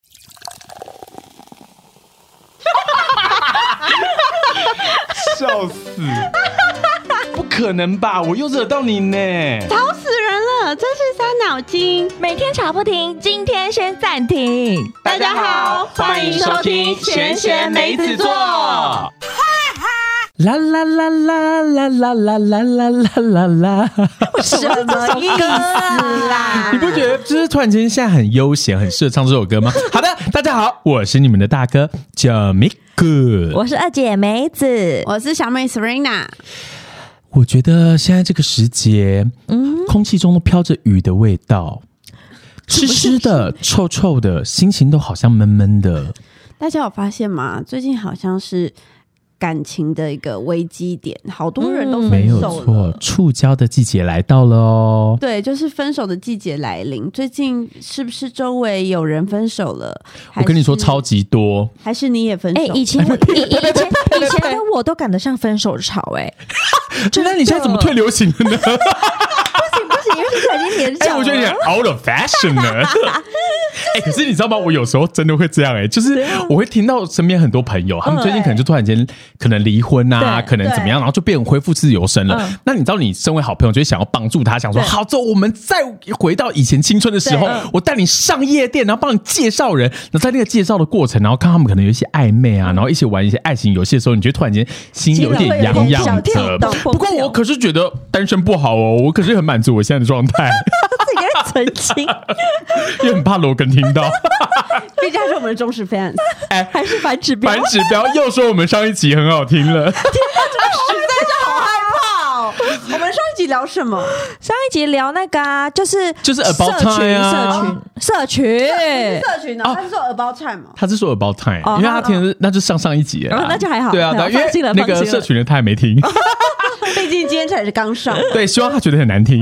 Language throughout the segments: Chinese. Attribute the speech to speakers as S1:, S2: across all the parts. S1: 笑死！不可能吧？我又惹到你呢！
S2: 吵死人了，真是伤脑筋。
S3: 每天吵不停，今天先暂停。
S2: 大家好欢迎收听闲闲梅子座
S4: 啦啦啦啦啦啦啦啦啦啦啦啦！
S3: 什么意思啊啦
S4: 你不觉得就是突然间现在很悠闲，很适合唱这首 歌吗？好的，大家好，我是你们的大哥 Jamiko。
S3: 我是二姐梅子，
S2: 我是小妹 Serena，
S4: 我觉得现在这个时节，嗯，空气中都飘着雨的味道，湿湿的、臭臭的，心情都好像闷闷的。
S2: 大家有发现吗？最近好像是感情的一个危机点，好多人都
S4: 嗯
S2: 分
S4: 没有
S2: 手了。
S4: 错，触礁的季节来到了哦。
S2: 对，就是分手的季节来临。最近是不是周围有人分手了？
S4: 我跟你说，
S2: 还是
S4: 超级多。
S2: 还是你也分手？
S3: 哎、以 前我以以前以前的我都赶得上分手哎潮、
S4: 那你现在怎么退流行了呢？
S3: 哎，不行不行，因为你已经年
S4: 哎、
S3: 长了。
S4: 我觉得你很 out of fashion 呢。 哎、可是你知道吗？我有时候真的会这样哎、就是
S3: 啊
S4: 我会听到身边很多朋友，他们最近可能就突然间可能离婚啊，
S3: 嗯对嗯
S4: 可能怎么样，然后就变恢复自由身了。那你知道，你身为好朋友，就会想要帮助他，想说
S3: 对
S4: 好，走，我们再回到以前青春的时候
S3: 对嗯，
S4: 我带你上夜店，然后帮你介绍人，然后在那个介绍的过程，然后看他们可能有一些暧昧
S3: 嗯
S4: 啊，然后一起玩一些爱情游戏的时候，你就突然间心有
S3: 心里
S4: 点
S3: 会有
S4: 痒
S3: 点小
S4: 痒
S3: 跳
S4: 的。
S3: 动
S4: 不过我可是觉得单身不好哦，我可是很满足我现在的状态。
S3: 自己在澄清，
S4: 也很怕罗根听到。
S2: 毕竟他是我们的忠实 fans，
S4: 哎，
S3: 还是反指标
S4: 反？指标又说我们上一集很好听了，
S2: 我们上一集聊什么？
S3: 上一集聊那个、啊、就是
S4: 就是 about
S3: 社群、
S4: time 啊
S3: 社群社群，
S2: 社群呢？他是说 about time 吗？
S4: 他是说 about time，
S3: 哦
S4: 因为他听的是那就上上一集了啦
S3: 哦，那就还好
S4: 对啊，
S3: 对
S4: 对
S3: 啊
S4: 啊，因
S3: 放心
S4: 为
S3: 了
S4: 那个
S3: 放心了
S4: 社群的他也没 听，
S2: 毕竟今天才是刚上。
S4: 对，希望他觉得很难 听。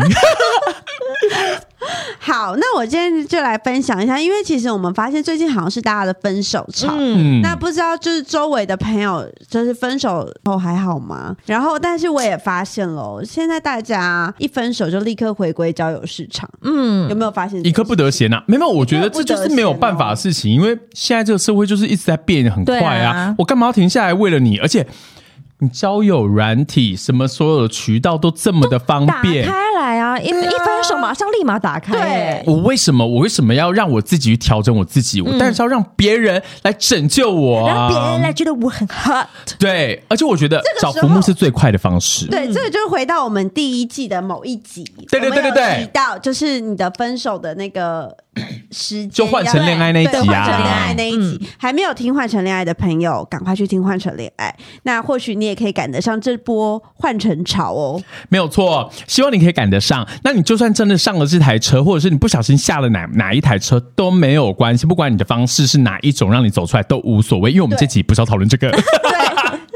S2: 好，那我今天就来分享一下，因为其实我们发现最近好像是大家的分手潮。
S4: 嗯，
S2: 那不知道就是周围的朋友，就是分手后还好吗？然后，但是我也发现了，现在大家一分手就立刻回归交友市场，
S3: 嗯，
S2: 有没有发现？
S4: 一刻不得闲啊呐，没有，我觉得这就是没有
S3: 哦
S4: 办法的事情，因为现在这个社会就是一直在变，很
S3: 对
S4: 快啊
S3: 啊，
S4: 我干嘛要停下来为了你？而且。你交友软体什么所有的渠道都这么的
S2: 嗯
S4: 方
S3: 打
S4: 便，
S3: 开来啊，一、一分手马上立马打开、
S2: 对
S3: 哎
S4: 我为什么我为什么要让我自己去调整我自己？我当然是要让别人来拯救我
S3: 嗯让
S4: 啊！
S3: 别人来觉得我很 hot，
S4: 对，而且我觉得
S2: 个时
S4: 找
S2: 候
S4: 浮木是最快的方式。
S2: 对，这个就回到我们第一季的某一集，
S4: 对对对
S2: 我们有
S4: 对对对
S2: 提到就是你的分手的那 个时间要，
S4: 就换成恋爱那一集啊
S2: 对换成恋爱那一集，还没有听换成恋爱的朋友，赶快去听换成恋爱，那或许你也可以赶得上这波换成潮哦。
S4: 没有错。希望你可以赶得上。那你就算真的上了这台车，或者是你不小心下了哪哪一台车都没有关系，不管你的方式是哪一种，让你走出来都无所谓。因为我们
S2: 对
S4: 这集不是要讨论这 个，
S2: 对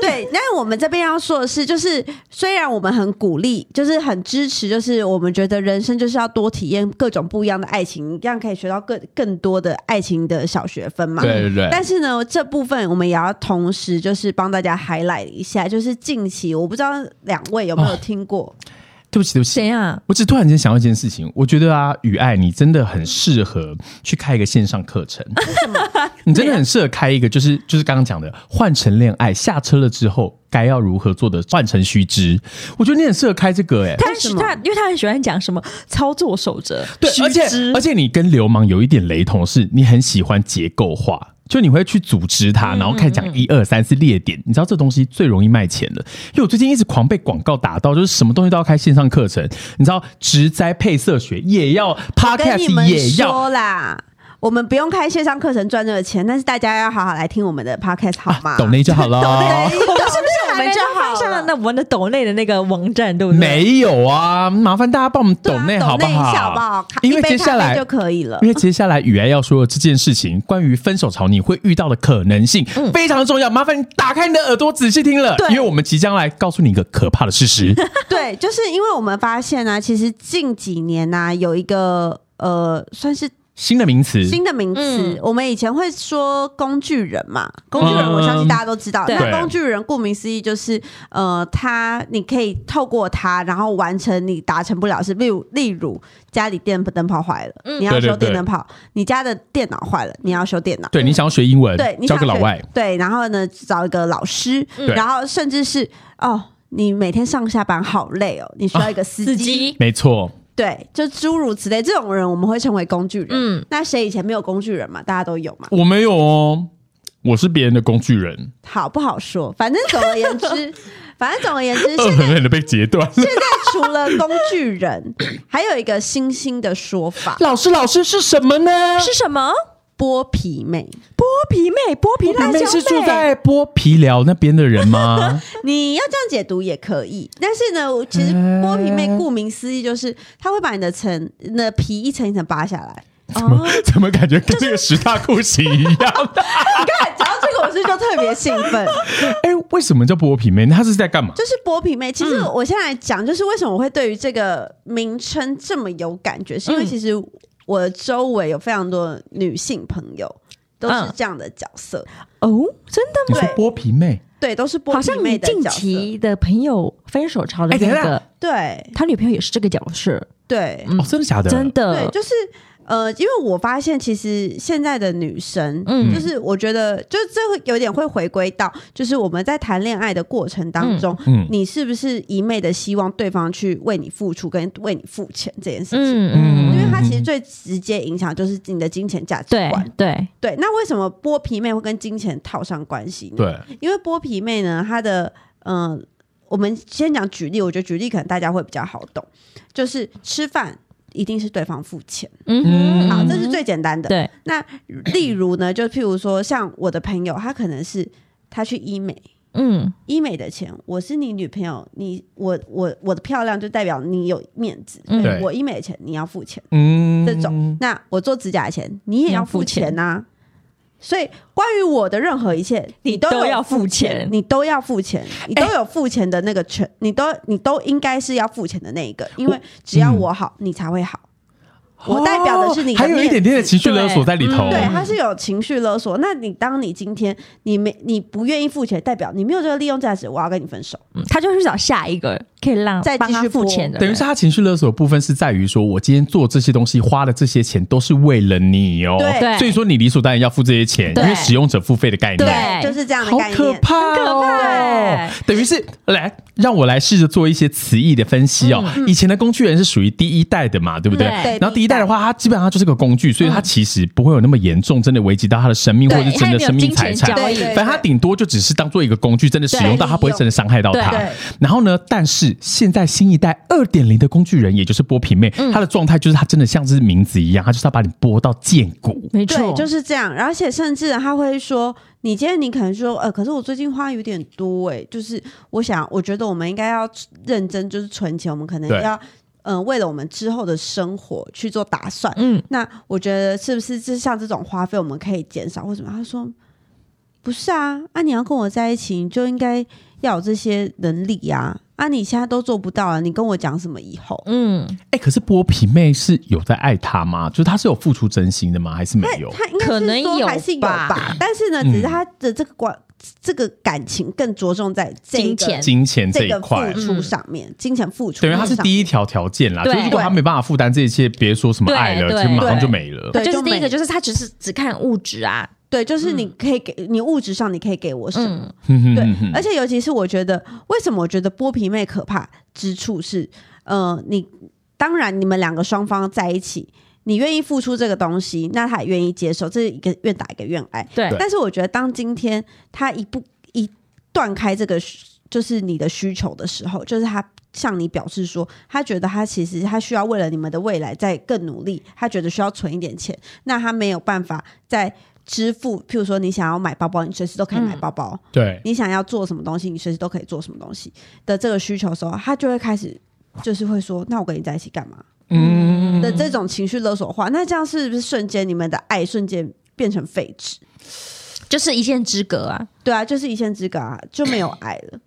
S2: 对，那我们这边要说的是，就是虽然我们很鼓励，就是很支持，就是我们觉得人生就是要多体验各种不一样的爱情，这样可以学到更更多的爱情的小学分嘛。
S4: 对对对
S2: 但是呢，这部分我们也要同时就是帮大家 highlight 一下，就是近期我不知道两位有没
S4: 哦
S2: 有听过，
S4: 对不起，对不
S3: 怎
S4: 起。
S3: 样？
S4: 我只突然间想到一件事情，我觉得啊，雨爱你真的很适合去开一个线上课 程。 你真的很适合开一个，就是就是刚刚讲的换成恋爱，下车了之后该要如何做的换成须知。我觉得你很适合开这个、欸，哎，
S3: 他
S2: 为什
S3: 是
S2: 么
S3: 他，因为他很喜欢讲什么操作守则，
S4: 对，
S3: 须
S4: 而且
S3: 知
S4: 而且你跟流氓有一点雷同，是你很喜欢结构化，就你会去组织
S2: 嗯
S4: 它，然后开始讲一二三四列点。你知道这东西最容易卖钱的，因为我最近一直狂被广告打到，就是什么东西都要开线上课程。你知道植栽配色学也要
S2: 跟你
S4: ，podcast
S2: 们
S4: 也要。
S2: 说啊啦。我们不用开线上课程赚这个钱，但是大家要好好来听我们的 podcast 好吗？
S4: 啊懂内就 好了，
S2: 对
S3: 哎我们是不是
S2: 我们
S3: 还没
S2: 就
S3: 有
S2: 好
S3: 放
S2: 了
S3: 上了那我们的抖内的那个网站，对不对？
S4: 没有啊，麻烦大家帮我们抖内好不
S2: 对啊抖内一
S4: 好？
S2: 下好不好咖
S4: 因为
S2: 一杯
S4: 接下
S2: 咖啡
S4: 来
S2: 就可以了
S4: 因为接下来雨爱要说的这件事情，关于分手潮你会遇到的可能性、非常重要，麻烦你打开你的耳朵仔细听
S2: 嗯
S4: 了，
S2: 对
S4: 因为我们即将来告诉你一个可怕的 事实。
S2: 对，啊就是因为我们发现呢、其实近几年呢、有一个呃，算是
S4: 新的名词，
S2: 新的名词，
S3: 嗯
S2: 我们以前会说工具人嘛，
S4: 嗯
S2: 工具人我相信大家都知道。
S3: 对
S2: 那工具人顾名思义就是，呃，他你可以透过他，然后完成你达成不了的事。例如，例如家里电灯泡坏了，
S3: 嗯
S2: 你要
S4: 对对
S2: 修电
S4: 对
S2: 灯泡；你家的电脑坏了，你要修电脑。
S4: 对你想要学英文，
S2: 对，你
S4: 交
S2: 想
S4: 给老
S2: 学
S4: 外，
S2: 对，然后呢，找一个老师，
S3: 嗯
S4: 对
S2: 然后甚至是哦，你每天上下班好累哦，你需
S4: 啊
S2: 要一个司
S3: 司
S2: 机。
S3: 机，
S4: 没错，
S2: 对，就诸如此类，这种人我们会称为工具人。
S3: 嗯
S2: 那谁以前没有工具人嘛？大家都有嘛？
S4: 我没有哦，我是别人的工具人，
S2: 好不好说？反正总而言 之，反正总而言之，
S4: 恶
S2: 现
S4: 狠狠的被截断。：
S2: 在除了工具人，还有一个新兴的说法
S4: 老师，老师是什么呢？
S3: 是什么？
S2: 剥皮妹。
S3: 剥皮妹，剥皮辣
S4: 你妹
S3: 椒
S4: 是住
S3: 妹。
S4: 在剥皮寮那边的人吗？
S2: 你要这样解读也可以，但是呢，我其实
S3: 嗯
S2: 剥皮妹顾名思义就是，她会把你的层、你的皮一层一层扒下来。
S4: 怎
S2: 哦
S4: 么怎么感觉跟这个十大酷刑一样？
S2: 你看，讲到这个，我是就特别兴 奋。
S4: 哎，为什么叫剥皮妹？她是在干嘛？
S2: 就是剥皮妹。其实我现在来讲，就是为什么我会对于这个名称这么有感觉，是因为
S3: 嗯
S2: 其实我的周围有非常多女性朋友都是
S3: 嗯
S2: 这样的角色，
S3: 哦，真的
S4: 你说剥皮妹？
S2: 对，都是剥
S3: 好
S2: 皮
S3: 像
S2: 妹
S3: 你
S2: 的
S3: 近
S2: 角色。
S3: 期的朋友分手潮的
S4: 哎等一
S3: 那
S4: 下
S3: 个，
S2: 对
S3: 他女朋友也是这个角色，
S2: 对
S3: 嗯
S4: 哦，真的假的？
S3: 真
S2: 对，
S3: 的，
S2: 就是呃，因为我发现其实现在的女生，
S3: 嗯
S2: 就是我觉得，就是这会有点会回归到，就是我们在谈恋爱的过程当中，
S4: 嗯嗯
S2: 你是不是一昧的希望对方去为你付出跟为你付钱这件事情？
S3: 嗯
S2: 因
S3: 嗯，
S2: 为它其实最直接影响就是你的金钱价值
S3: 对
S2: 观。
S3: 对，
S2: 对那为什么剥皮妹会跟金钱套上关系呢？，
S4: 对，
S2: 因为剥皮妹呢，她的嗯、呃我们先讲举例，我觉得举例可能大家会比较好懂，就是吃饭。一定是对方付钱，
S3: 嗯
S4: 嗯
S3: 哼，
S2: 好，
S3: 嗯
S2: 这是最简单的。
S3: 对，
S2: 那例如呢，就譬如说，像我的朋友，他可能是他去医美，
S3: 嗯
S2: 医美的钱，我是你女朋友，你我我我的漂亮就代表你有面子，
S3: 嗯
S4: 对
S2: 我医美的钱你要付钱。
S4: 嗯
S2: 这种。那我做指甲的钱，你也要付钱呐、所以，关于我的任何一切，
S3: 你
S2: 你都
S3: 都
S2: 有
S3: 要付
S2: 付
S3: 钱
S2: 你都要付钱，你都有付钱的那个权，你都你都应该是要付钱的那一个，因为只要我好，你才会好。我代表的是你
S4: 哦
S2: 的
S4: 还有一
S2: 面
S4: 点点的
S2: 子
S4: 情绪勒索在里头。
S2: 对，他是有情绪勒索。那你当你今天你没你不愿意付钱，代表你没有这个利用价值，我要跟你分手。
S3: 嗯他就去找下一个可以让
S2: 再继
S3: 帮
S2: 续
S3: 他付
S2: 播
S3: 钱的人，
S4: 等于是他情绪勒索的部分是在于说，我今天做这些东西花的这些钱都是为了你哦，
S2: 对
S3: 对
S4: 所以说你理所当然要付这些钱，因
S3: 对
S4: 为使用者付费的概念，
S3: 对
S2: 就是这样的
S4: 好
S2: 概念。
S4: 可怕、哦，
S3: 可怕对
S4: 等于是来让我来试着做一些词义的分析哦。
S2: 嗯
S4: 以前的工具人是属于第一代的嘛，对不对？
S3: 对
S4: 然后第一代的话，它基本上就是个工具，所以它
S2: 嗯
S4: 其实不会有那么严重，真的危及到他的生命或
S3: 对
S4: 者是真的生命财产
S3: 他也没有金钱。交易
S2: 对对
S4: 反正它顶多就只是当做一个工具，真的使用到它不会真的伤害到他
S3: 对
S2: 对。
S4: 然后呢，但是现在新一代二点零的工具人，也就是剥皮妹，
S2: 嗯
S4: 她的状态就是她真的像是名字一样，她就是要把你剥到见骨。
S3: 没
S2: 对，
S3: 错，
S2: 就是这样。而且甚至他会说，你今天你可能说，呃，可是我最近花有点多哎、就是我想，我觉得我们应该要认真，就是存钱，我们可能
S4: 对
S2: 要，嗯、为了我们之后的生活去做打算。
S3: 嗯，
S2: 那我觉得是不是就像这种花费，我们可以减少或什么？他说。不是啊，啊！你要跟我在一起，你就应该要有这些能力呀、啊！啊，你现在都做不到啊，你跟我讲什么以后？
S3: 嗯，
S4: 哎，可是剥皮妹是有在爱他吗？就是她是有付出真心的吗？还是没有？
S2: 他应该
S3: 可
S2: 是
S3: 能
S2: 说
S3: 有
S2: 还是有
S3: 吧
S2: 吧，但是呢，
S4: 嗯
S2: 只是他的这个关、这个感情更着重在这一
S3: 金
S2: 个
S3: 钱
S4: 金钱这
S2: 这
S4: 一
S2: 个付
S4: 块，
S2: 出上面，金钱付出
S4: 嗯等于他是
S2: 一，
S4: 第一条条件啦，就
S3: 对
S4: 是如果他没办法负担这一切，别说什么爱了，
S3: 对
S4: 就马上
S2: 对
S4: 就没了。
S2: 对
S3: 就是
S2: 就
S3: 第一
S2: 没
S3: 个就是他只是只看物质啊，
S2: 对，就是你可以给、你物质上你可以给我什么。
S3: 嗯，
S2: 对
S4: 对，
S2: 而且尤其是我觉得，为什么我觉得剥皮妹可怕之处是，呃，你当然你们两个双方在一起，你愿意付出这个东西，那他也愿意接受，这是一个愿打一个愿挨。
S3: 对，
S2: 但是我觉得，当今天他一不一断开这个需，就是你的需求的时候，就是他向你表示说，他觉得他其实他需要为了你们的未来再更努力，他觉得需要存一点钱，那他没有办法再支付，譬如说你想要买包包，你随时都可以买包包；
S4: 对，
S2: 你想要做什么东西，你随时都可以做什么东西的这个需求的时候，他就会开始就是会说，那我跟你在一起干嘛？
S4: 嗯，
S2: 的这种情绪勒索话，那这样是不是瞬间你们的爱瞬间变成废纸？
S3: 就是一线之隔啊，
S2: 对啊，就是一线之隔啊，就没有爱了。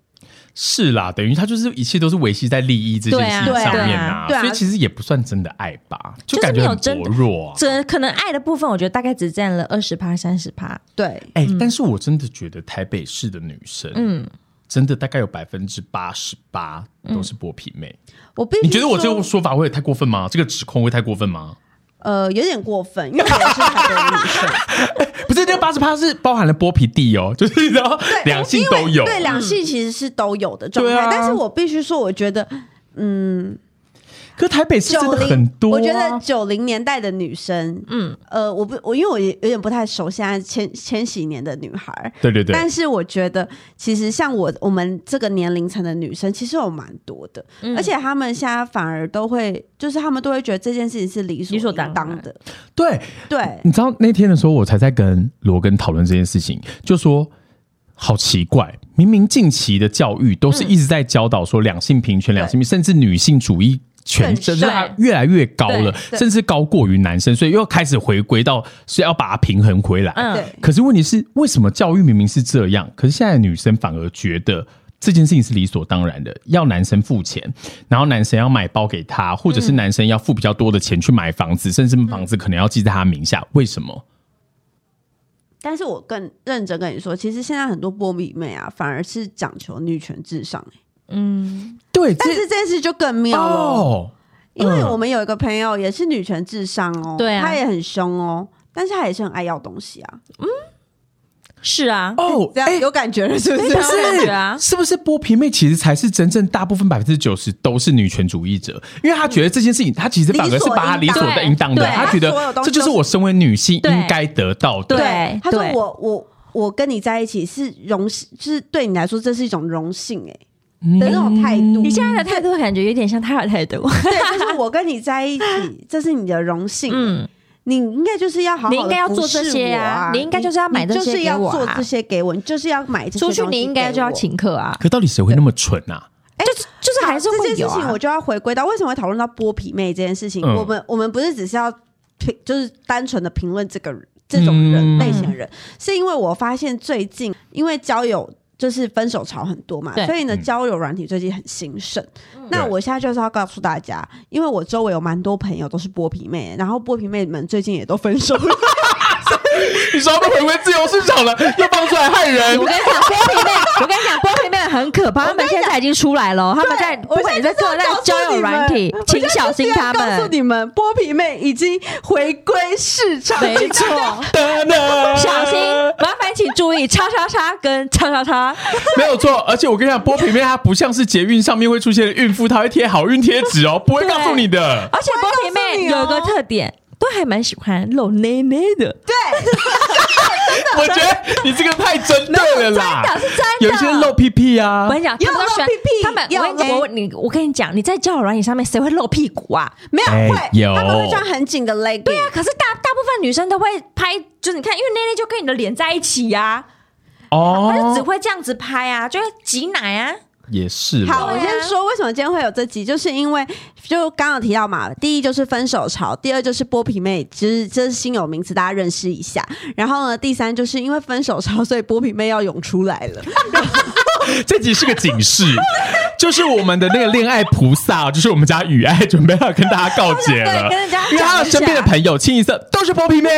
S4: 是啦，等于他就是一切都是维系在利益这件事情
S3: 对啊
S4: 上面
S2: 对啊对啊
S4: 所以其实也不算真的爱吧，
S3: 就
S4: 就
S3: 是
S4: 感
S3: 没
S4: 觉
S3: 有
S4: 很
S3: 真
S4: 薄弱、啊。
S3: 这可能爱的部分，我觉得大概只占了二十趴、三十趴。
S2: 对，
S4: 哎、但是我真的觉得台北市的女生，嗯，真的大概有百分之八十八
S2: 嗯
S4: 都是剥皮妹。
S2: 我必须
S4: 你觉得我这
S2: 说
S4: 个说法会太过分吗？这个指控会太过分吗？
S2: 呃有点过分，因为我是台北的女 生，
S4: 不是，这个八十趴是包含了剥皮地哦，就是然后两性都
S2: 因
S4: 有
S2: 为。对，两性其实是都有的状态。
S4: 对啊
S2: 但是我必须说，我觉得
S4: 可台北市
S2: 九
S4: 真的
S2: 零，
S4: 很多、啊，
S2: 我觉得九零年代的女生，嗯，呃，我不，我因为我也有点不太熟现在千千禧年的女孩。
S4: 对对对，
S2: 但是我觉得，其实像我我们这个年龄层的女生，其实有蛮多的，
S3: 嗯
S2: 而且她们现在反而都会，就是她们都会觉得这件事情是理所
S3: 理所
S2: 应
S3: 当
S2: 当
S3: 然
S2: 的。
S4: 对，
S2: 对，
S4: 你知道那天的时候，我才在跟罗根讨论这件事情，就说好奇怪，明明近期的教育都是一直在教导说两性平权、两性平，甚至女性主义。
S2: 更
S4: 权甚至
S3: 对
S4: 它越来越高了，
S2: 对
S4: 甚至高过于男生，所以又开始回归到是要把它平衡回来。
S3: 嗯
S2: 对
S4: 可是问题是，为什么教育明明是这样，可是现在的女生反而觉得这件事情是理所当然的，要男生付钱，然后男生要买包给她，或者是男生要付比较多的钱去买房子，甚至房子可能要记在他名下，为什么？
S2: 但是我更认真跟你说，其实现在很多波比妹啊，反而是讲求女权至上、欸
S3: 嗯，
S4: 对，
S2: 但是嗯这件事就更妙了。
S4: 哦，
S2: 因为我们有一个朋友也是女权至上哦，
S3: 对啊
S2: 她也很凶哦，但是她也是很爱要东西啊，
S3: 是啊，
S4: 哦，
S2: 这样、有感觉了是不
S3: 非
S2: 是？
S3: 常有感觉啊，
S4: 是不是剥皮妹其实才是真正大部分百分之九十都是女权主义者？因为她觉得这件事情，她其实反而是把它理所应当的，
S3: 嗯对
S4: 她觉得
S2: 她所有东西都
S4: 这
S2: 是
S4: 就是我身为女性
S3: 对
S4: 应该得到的。
S3: 对
S2: 她说
S3: 对
S2: 我我我跟你在一起是荣，就是对你来说这是一种荣幸哎、的那种态度。
S3: 你现在的态度感觉有点像他的态度，
S2: 对，就是我跟你在一起，这是你的荣幸。 嗯，你应该就是要好好地
S3: 你应该要做
S2: 服侍
S3: 这些
S2: 我
S3: 啊
S2: 啊，
S3: 你应该就是要买这些
S2: 就是要
S3: 给我啊
S2: 做这些给我，你就是要买这些
S3: 出去
S2: 东西
S3: 你应该就要
S2: 给我
S3: 请客啊，
S4: 可到底谁会那么蠢啊？
S3: 就是就是还是
S2: 哎这
S3: 会
S2: 件
S3: 有
S2: 事情，
S3: 啊
S2: 我。就要回归到为什么会讨论到剥皮妹这件事情。
S4: 嗯
S2: 我们我们不是只是要评，就是单纯的评论这个人这种人、
S4: 嗯
S2: 类型的人，是因为我发现最近因为交友。就是分手潮很多嘛
S3: 对，嗯
S2: 所以呢，
S4: 嗯
S2: 交友软体最近很兴盛。那
S4: 对
S2: 我现在就是要告诉大家，因为我周围有蛮多朋友都是剥皮妹，然后剥皮妹们最近也都分手了。
S4: 你说要被回归自由市场了，又放出来害人
S3: 哎我，跟你讲，剥皮妹，我跟你讲，剥皮妹很可怕，他们现在已经出来了，他们在不
S2: 哎我
S3: 管你在
S2: 就是
S3: 各
S2: 要
S3: 大
S2: 告诉
S3: 交友
S2: 你
S3: 软
S2: 们
S3: 体，
S2: 我
S3: 请
S2: 现在
S3: 小
S2: 就是
S3: 心
S2: 要
S3: 他
S2: 告诉
S3: 们。
S2: 你们，剥皮妹已经回归市场，
S3: 没错，
S4: 噔 噔
S3: 小心，麻烦请注意叉叉叉跟叉叉叉。
S4: 没有错。而且我跟你讲，剥皮妹她不像是捷运上面会出现的孕妇，她会贴好运贴纸哦，不会告诉你的。
S3: 而且剥皮妹有个特点，都还蛮喜欢露内内的，
S4: 我觉得你这个太针对了啦，
S3: 哦真的是真的
S4: 有一些露屁屁啊
S3: 我，跟你讲，他们都喜欢
S2: 要露屁屁
S3: 他们，我
S2: 要
S3: 跟你讲，
S2: 勒
S3: 我你我跟你讲，你在交友软体上面谁会露屁股啊？
S2: 没有
S4: 哎
S2: 会，
S4: 有
S2: 他们会穿很紧的 legging，
S3: 对啊，可是大大部分女生都会拍，就是你看，因为内内就跟你的脸在一起呀、
S4: 哦
S3: 她就只会这样子拍啊，就会挤奶啊。
S4: 也是啦
S2: 好，我
S3: 对啊
S2: 先说为什么今天会有这集，就是因为就刚刚有提到嘛，第一就是分手潮，第二就是剥皮妹，其实这是新有名词，大家认识一下。然后呢，第三就是因为分手潮，所以剥皮妹要涌出来了。
S4: 这集是个 警示，就是我们的那个恋爱菩萨，就是我们家雨爱准备要跟大家告解了
S3: 对，跟人家讲一下
S4: 因为他的身边的朋友清一色都是剥皮妹，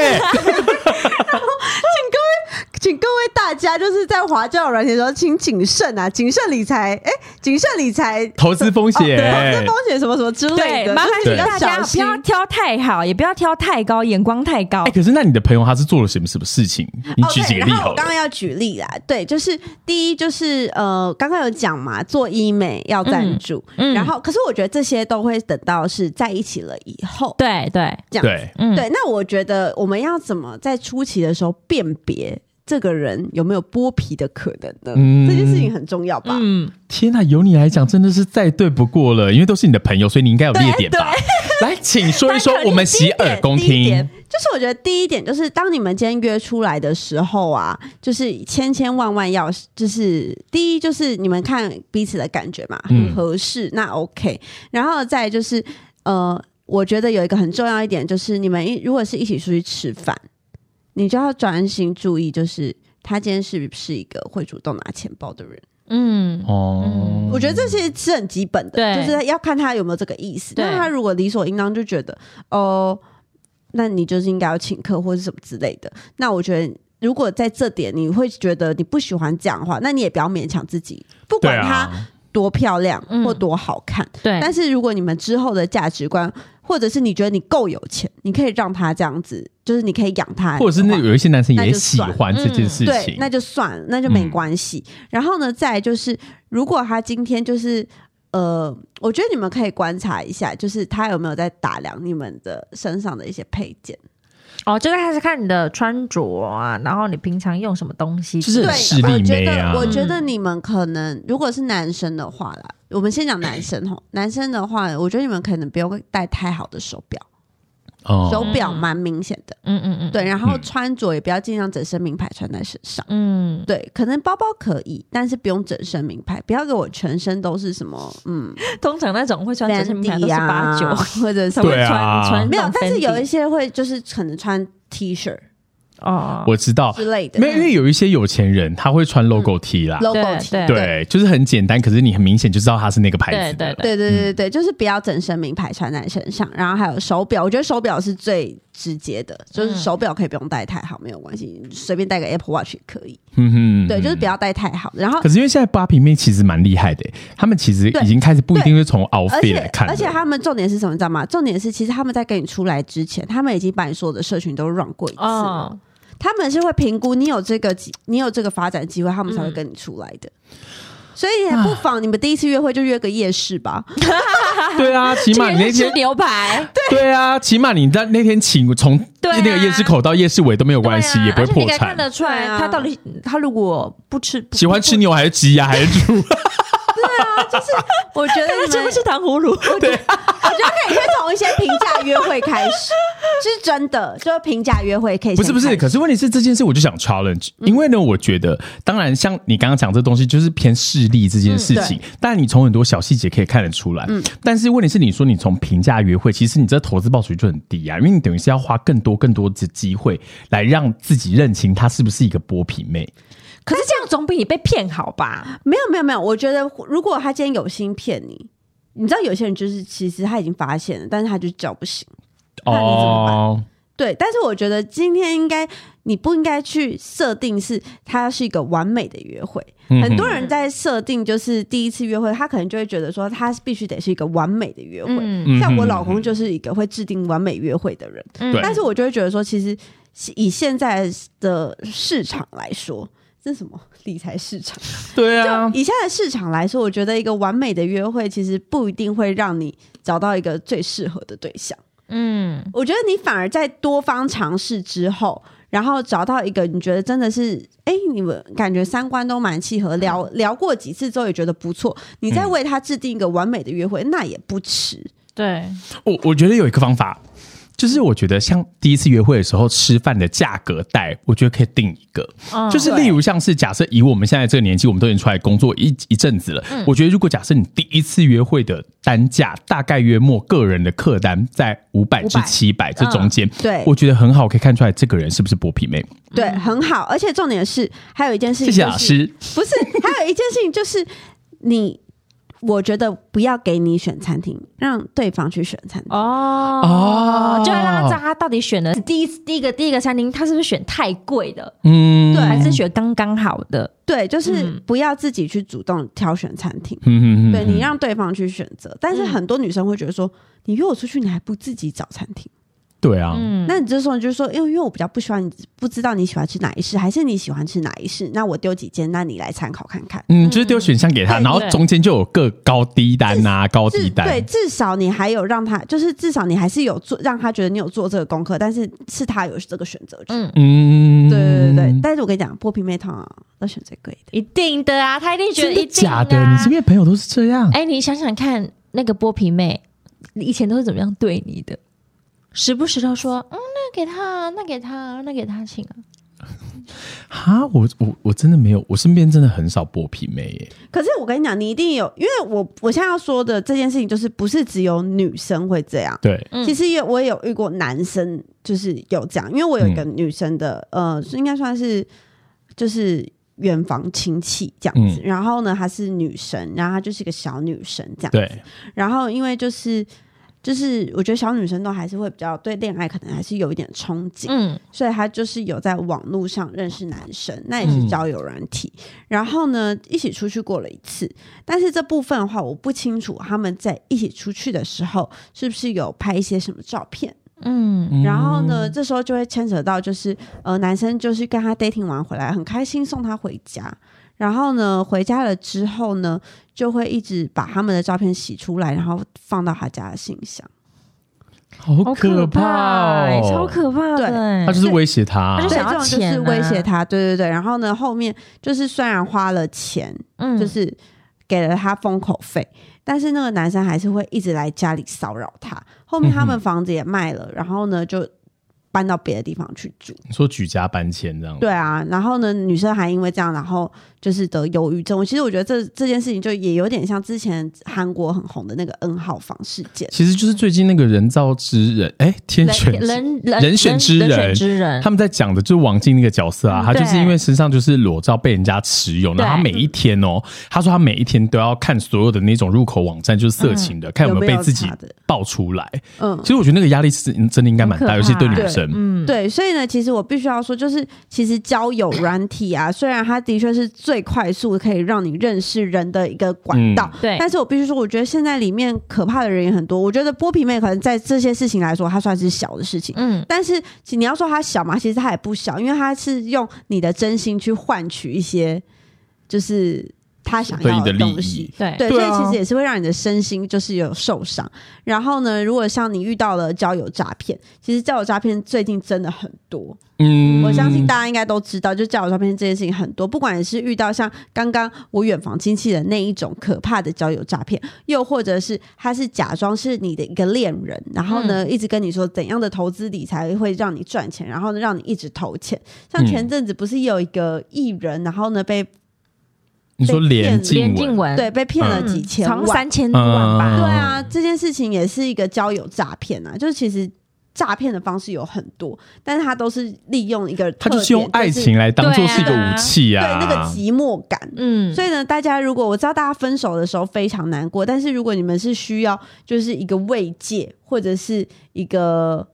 S2: 请各位大家就是在华教软件的时候，请谨慎啊，谨慎理财，哎、谨慎理财。
S4: 投资风
S2: 哦
S4: 险
S2: 对投资。风险什么什么之类
S3: 对，
S2: 的，
S3: 麻烦
S2: 就是
S3: 请
S2: 要
S3: 大
S2: 小
S3: 家不
S2: 心
S3: 要挑太好，也不要挑太高，眼光太高
S4: 哎，。可是那你的朋友他是做了什么什么事情？你
S2: 哦，
S4: 举
S2: 对，
S4: 几个
S2: 然
S4: 例
S2: 后
S4: 好
S2: 我刚刚
S4: 了。
S2: 要举例啦，对，就是第一就是呃，刚刚有讲嘛，做医美要赞助，
S3: 嗯嗯
S2: 然后可是我觉得这些都会等到是在一起了以后，
S3: 对对，
S2: 这样子
S4: 对，
S3: 嗯
S2: 对。那我觉得我们要怎么在初期的时候辨别这个人有没有剥皮的可能呢？
S4: 嗯
S2: 这件事情很重要吧？
S3: 嗯，
S4: 天呐，由你来讲真的是再对不过了，因为都是你的朋友，所以你应该有列点吧？来，请说一说，我们洗耳恭
S2: 第一
S4: 听
S2: 点。就是我觉得第一点就是，当你们今天约出来的时候啊，就是千千万万要，就是第一就是你们看彼此的感觉嘛，
S4: 嗯
S2: 很合适，那 OK。然后再来就是呃，我觉得有一个很重要一点就是，你们一如果是一起出去吃饭，你就要专心注意，就是他今天是不是一个会主动拿钱包的人。
S3: 嗯，
S4: 哦，
S2: 我觉得这些是很基本的，
S3: 对
S2: 就是要看他有没有这个意思。
S3: 对
S2: 那他如果理所应当就觉得哦，那你就是应该要请客或者什么之类的，那我觉得。如果在这点你会觉得你不喜欢这样的话，那你也不要勉强自己，不
S4: 对
S2: 管她
S4: 啊，
S2: 多漂亮
S3: 嗯
S2: 或多好看。
S3: 对，
S2: 但是如果你们之后的价值观，或者是你觉得你够有钱，你可以让他这样子，就是你可以养他的话，
S4: 或者是那有一些男生
S2: 那就嗯
S4: 也喜欢这件事
S2: 对，
S4: 情
S2: 那，就算了，那就没
S4: 嗯
S2: 关系。然后呢，再来就是，如果他今天就是呃，我觉得你们可以观察一下，就是他有没有在打量你们的身上的一些配件，
S3: 哦，就开始看你的穿着啊，然后你平常用什么东西，
S4: 就是
S2: 对
S4: 很势利
S2: 我觉
S4: 妹啊
S2: 得，我觉得你们可能如果是男生的话啦，我们先讲男生 吼，男生的话，我觉得你们可能不用戴太好的手表，手
S4: 哦，
S2: 表蛮明显的。
S3: 嗯嗯嗯，
S2: 对，然后
S4: 嗯
S2: 穿着也不要尽量整身名牌穿在身上。
S3: 嗯，
S2: 对，可能包包可以，但是不用整身名牌，不要给我全身都是什么嗯
S3: 通常那种会穿整身名牌都
S2: Fendi
S3: 是
S2: 啊
S3: 八九，，
S2: 或者是
S3: 才会
S4: 对
S3: 穿
S4: 啊
S3: 穿
S2: 没有
S3: 那种，
S2: 但是
S3: Fendi
S2: 有一些会就是可能穿 T 恤
S3: 哦，
S4: 我知道，
S2: 之类的嗯
S4: 没有，因为有一些有钱人他会穿 logo T 啦，
S2: logo
S3: 对
S2: T。
S3: 对
S4: 对，就是很简单，可是你很明显就知道他是那个牌
S3: 对
S4: 子
S3: 对
S4: 的。
S3: 对，
S2: 对对对
S4: 嗯
S2: 对，就是不要整身名牌穿在身上，然后还有手表，我觉得手表是最直接的，就是
S3: 嗯
S2: 手表可以不用戴太好，没有关系，随便戴个 Apple Watch 也可以。
S4: 嗯哼，
S2: 对，就是不要戴太好。然后
S4: 可是因为现在八平妹其实蛮厉害的，他们其实已经开始不一定是从
S2: 而
S4: outfit 来
S2: 且
S4: 看了
S2: 而且他们重点是什么，你知道吗？重点是其实他们在跟你出来之前，他们已经把你所有的社群都 run 过一次了。
S3: 哦，
S2: 他们是会评估你有这个机，你有这个发展机会，他们才
S4: 嗯
S2: 会跟你出来的。所以不妨你们第一次约会就约个夜市 吧，
S4: 对啊，起码你那
S3: 去吃
S4: 天
S3: 牛排，
S4: 对啊，起码你在那天请从
S3: 对啊
S4: 那个夜市口到夜市尾都没有 关系，
S3: 对啊
S4: 也不会
S3: 而且
S4: 破
S3: 你可以看
S4: 产。
S3: 得出来
S2: 对啊
S3: 他到底他如果不吃，不
S4: 喜欢吃牛还是鸡呀、啊还是猪？
S2: 我觉
S4: 哎
S2: 得你
S3: 是不
S2: 们
S3: 是糖葫芦？对，
S2: 我觉得可以先从一些平价约会开始，是真的，就是平价约会可以先
S4: 不是不
S2: 开
S4: 是，
S2: 始
S4: 可是问题是这件事我就想 challenge，、因
S3: 嗯
S4: 为呢，我觉得当然像你刚刚讲这东西就是偏势利这件事情，但你从很多小细节可以看得出来。
S3: 嗯
S4: 但是问题是你说你从平价约会，其实你这投资报酬就很低啊，因为你等于是要花更多更多的机会来让自己认清她是不是一个剥皮妹。
S3: 可是这样总比你被骗好吧？
S2: 没有没有没有，我觉得如果他今天有心骗你，你知道有些人就是其实他已经发现了，但是他就叫不醒。那你怎么办
S4: 哦，
S2: 对，但是我觉得今天应该你不应该去设定是它是一个完美的约会。
S4: 嗯哼
S2: 很多人在设定就是第一次约会，他可能就会觉得说他必须得是一个完美的约会。
S3: 嗯，
S4: 嗯
S2: 像我老
S4: 嗯
S2: 公
S4: 嗯
S2: 就是一个会制定完美约会的人，
S4: 对
S2: 但是我就会觉得说，其实以现在的市场来说。这是什么理财市场？
S4: 对啊
S2: 就，以现在的市场来说，我觉得一个完美的约会其实不一定会让你找到一个最适合的对象。
S3: 嗯，
S2: 我觉得你反而在多方尝试之后，然后找到一个你觉得真的是，哎、你们感觉三观都蛮契合，聊
S4: 嗯
S2: 聊过几次之后也觉得不错，你再为他制定一个完美的约会，那也不迟。
S3: 对，
S4: 我我觉得有一个方法，就是我觉得像第一次约会的时候吃饭的价格带，我觉得可以定一个，
S3: 嗯
S4: 就是例如像是假设以我们现在这个年纪，我们都已经出来工作一一阵子了，
S2: 嗯
S4: 我觉得如果假设你第一次约会的单价大概约莫个人的客单在五百至七百这中间，
S2: 嗯对
S4: 我觉得很好，可以看出来这个人是不是剥皮妹。
S2: 对，很好。而且重点是，还有一件事
S4: 谢
S2: 情、就是，
S4: 谢老师，
S2: 不是，还有一件事情就是你。我觉得不要给你选餐厅，让对方去选餐厅。
S3: 哦
S4: 哦
S3: 就要让他知道他到底选的第一第一个第一个餐厅，他是不是选太贵的，
S4: 嗯，
S2: 对
S3: 还是选刚刚好的？
S2: 对，就是
S3: 嗯
S2: 不要自己去主动挑选餐厅。
S4: 嗯嗯嗯
S2: 对你让对方去选择。但是很多女生会觉得说，你约我出去，你还不自己找餐厅？
S4: 对啊，
S3: 嗯，
S2: 那你这时候你就说，因为因为我比较不喜欢，不知道你喜欢吃哪一式，还是你喜欢吃哪一式？那我丢几间，那你来参考看看。
S4: 嗯，就是丢选项给他，
S2: 对
S4: 然后
S3: 对
S4: 中间就有各高低单呐、高低
S2: 至
S4: 单，
S2: 对，至少你还有让他，就是至少你还是有做，让他觉得你有做这个功课，但是是他有这个选择权。
S3: 嗯
S4: 嗯，
S2: 对对对对，但是我跟你讲，剥皮妹通常都选最贵的。
S3: 一定的啊，他一定觉得
S4: 真
S3: 一定、
S4: 的
S3: 啊、
S4: 假的？你身边的朋友都是这样？
S3: 哎、你想想看，那个剥皮妹，你以前都是怎么样对你的？时不时都说，嗯，那给他，那给他，那给他请啊。
S4: 哈，我我我真的没有，我身边真的很少剥皮妹耶。
S2: 可是我跟你讲，你一定有，因为我我现在要说的这件事情，就是不是只有女生会这样。
S4: 对，
S3: 嗯
S2: 其实也我也有遇过男生，
S4: 嗯
S2: 就是有这样，因为我有一个女生的，呃，是应该算是就是远房亲戚这样子。
S4: 嗯
S2: 然后呢，她是女生，然后她就是一个小女生这样。
S4: 对，
S2: 然后因为就是就是，我觉得小女生都还是会比较对恋爱可能还是有一点憧憬，
S3: 嗯，
S2: 所以她就是有在网络上认识男生，那也是交友软体。然后呢，一起出去过了一次，但是这部分的话，我不清楚他们在一起出去的时候是不是有拍一些什么照片。
S3: 嗯，
S4: 嗯
S2: 然后呢，这时候就会牵扯到，就是呃，男生就是跟他 dating 完回来，很开心送她回家。然后呢，回家了之后呢，就会一直把他们的照片洗出来，然后放到他家的信箱。
S4: 好
S3: 好
S4: 可怕
S3: 欸
S4: 哦，
S3: 超可怕的
S2: 对
S3: 欸，
S4: 他就是威胁他
S3: 他就
S2: 对，
S3: 想要
S2: 这种就是
S3: 钱啊
S2: 威胁他，对对对。然后呢，后面就是虽然花了钱，
S3: 嗯
S2: 就是给了他封口费，但是那个男生还是会一直来家里骚扰他。后面他
S4: 嗯
S2: 们房子也卖了，然后呢就搬到别的地方去住。
S4: 你说举家搬迁这样，
S2: 对啊，然后呢，女生还因为这样，然后就是得忧郁症。我其实我觉得这这件事情就也有点像之前韩国很红的那个 N 号房事件。
S4: 其实就是最近那个人造之人，哎，天选之
S3: 人人
S4: 人选之人
S3: 人选之人
S4: 他，们在讲的就是王静那个角色啊，
S3: 嗯
S4: 她就是
S3: 对
S4: 因为身上就是裸照被人家持有，
S3: 对
S4: 然后她每一天哦，她说她每一天都要看所有的那种入口网站，就是色情
S3: 嗯
S4: 的，看有没有被自己
S2: 有没有查的
S4: 爆出来。
S2: 嗯
S4: 其，实我觉得那个压力是真的应该蛮
S3: 很可
S4: 大，
S3: 怕
S4: 尤其对女生。
S3: 嗯，
S2: 对，所以呢，其实我必须要说，就是其实交友软体啊，虽然它的确是最快速可以让你认识人的一个管
S4: 嗯
S2: 道，
S3: 对
S4: 哎
S2: 但是我必须说，我觉得现在里面可怕的人也很多。我觉得剥皮妹可能在这些事情来说，它算是小的事情。
S3: 嗯，
S2: 但是其你要说它小嘛，其实它也不小，因为它是用你的真心去换取一些，就是他想
S4: 对
S2: 要
S4: 你的利
S2: 东
S4: 益
S2: 西。，
S3: 对
S2: 对，
S4: 对
S2: 所
S4: 啊
S2: 以其实也是会让你的身心就是有受伤。然后呢，如果像你遇到了交友诈骗，其实交友诈骗最近真的很多，
S4: 嗯
S2: 我相信大家应该都知道，就交友诈骗这件事情很多，不管是遇到像刚刚我远房亲戚的那一种可怕的交友诈骗，又或者是他是假装是你的一个恋人，然后呢、
S4: 嗯
S2: 一直跟你说怎样的投资理财会让你赚钱，然后呢让你一直投钱。像
S4: 嗯
S2: 前阵子不是有一个艺人，然后呢被
S4: 你说连
S3: 连
S4: 静
S3: 静
S4: 文，
S3: 文
S2: 对被骗了
S3: 嗯
S2: 几千
S3: 好像
S2: 万，
S3: 三千多万吧，
S4: 嗯
S2: 对啊，这件事情也是一个交友诈骗啊，就是其实。诈骗的方式有很多，但是他都是利用一个特
S4: 他
S2: 点，
S4: 就是用爱
S2: 就是
S4: 情来当做是一个
S3: 对啊
S4: 武器啊。
S2: 对那个寂寞感。
S3: 嗯，
S2: 所以呢，大家如果我知道大家分手的时候非常难过，但是如果你们是需要就是一个慰藉，或者是一个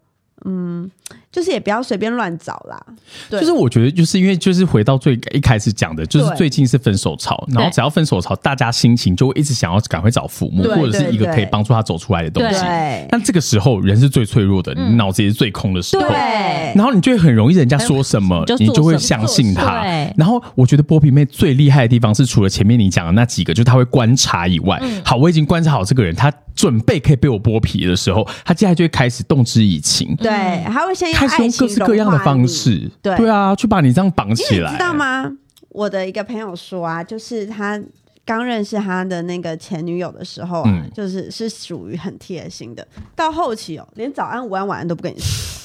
S2: 嗯，就是也不要随便乱找啦。对，
S4: 就是我觉得，就是因为就是回到最一开始讲的，就是
S2: 对
S4: 最近是分手潮，然后只要分手潮，大家心情就会一直想要赶快找父母，
S2: 对
S4: 或者是一个可以帮助他走出来的东
S3: 对
S4: 西。
S2: 对
S4: 但这个时候，人是最脆弱的，你脑子也是最空的时候。
S2: 对
S4: 然后你就会很容易人家说什么
S3: 你就，做
S4: 你就会
S3: 什么
S4: 相信他
S3: 对。
S4: 然后我觉得剥皮妹最厉害的地方是，除了前面你讲的那几个，就是她会观察以外，好，我已经观察好这个人，他准备可以被我剥皮的时候，他接下来就会开始动之以情，
S2: 对，还会先用
S4: 开始
S2: 爱
S4: 用
S2: 情
S4: 各式各样的
S2: 融化
S4: 方
S2: 你
S4: 式，
S2: 对
S4: 啊，去把你这样绑
S2: 因为
S4: 起
S2: 你
S4: 来，
S2: 知道？吗？我的一个朋友说啊，就是他刚认识他的那个前女友的时候啊，
S4: 嗯
S2: 就是是属于很贴心的，到后期哦，连早安、午安、晚安都不跟你说。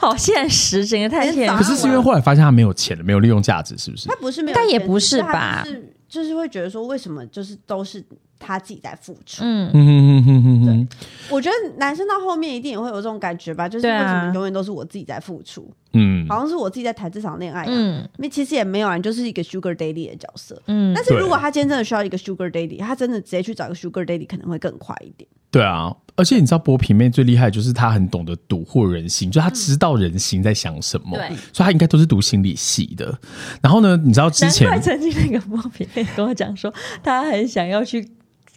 S3: 好现实，整个太现实。
S4: 可是是因为后来发现他没有钱了，没有利用价值，是不是
S2: 他？不是没有
S3: 但
S2: 钱，
S3: 也不是
S2: 只他
S3: 吧
S2: 就是就是会觉得说，为什么就是都是他自己在付出？
S3: 嗯，
S4: 嗯哼哼哼哼哼，
S2: 我觉得男生到后面一定也会有这种感觉吧，就是
S3: 对
S2: 为
S3: 啊
S2: 什么永远都是我自己在付出，
S4: 嗯，
S2: 好像是我自己在谈这场恋爱、啊。
S3: 嗯
S2: 那其实也没有啊，你就是一个 sugar daddy 的角色。
S3: 嗯
S2: 但是
S4: 对
S2: 如果他今天真的需要一个 sugar daddy，他真的直接去找一个 sugar daddy 可能会更快一点。
S4: 对啊，而且你知道剥皮妹最厉害就是她很懂得读获人心，就她知道人心在想什么，
S3: 对
S4: 所以她应该都是读心理系的。然后呢，你知道之前
S3: 难怪曾经那个莫比妹跟我讲说，他很想要去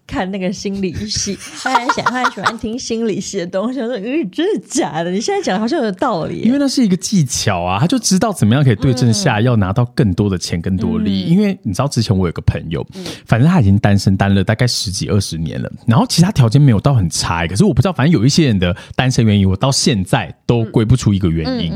S3: 看那个心理系，他很想，他很喜欢听心理系的东西。我说，嗯，真的假的？你现在讲的好像有道理
S4: 因
S3: 耶。
S4: 为那是一个技巧啊，他就知道怎么样可以对症下药，拿到更多的钱、更多利益。因为你知道，之前我有个朋友，反正他已经单身单了大概十几二十年了，然后其实他条件没有到很差、可是我不知道，反正有一些人的单身原因，我到现在都归不出一个原因。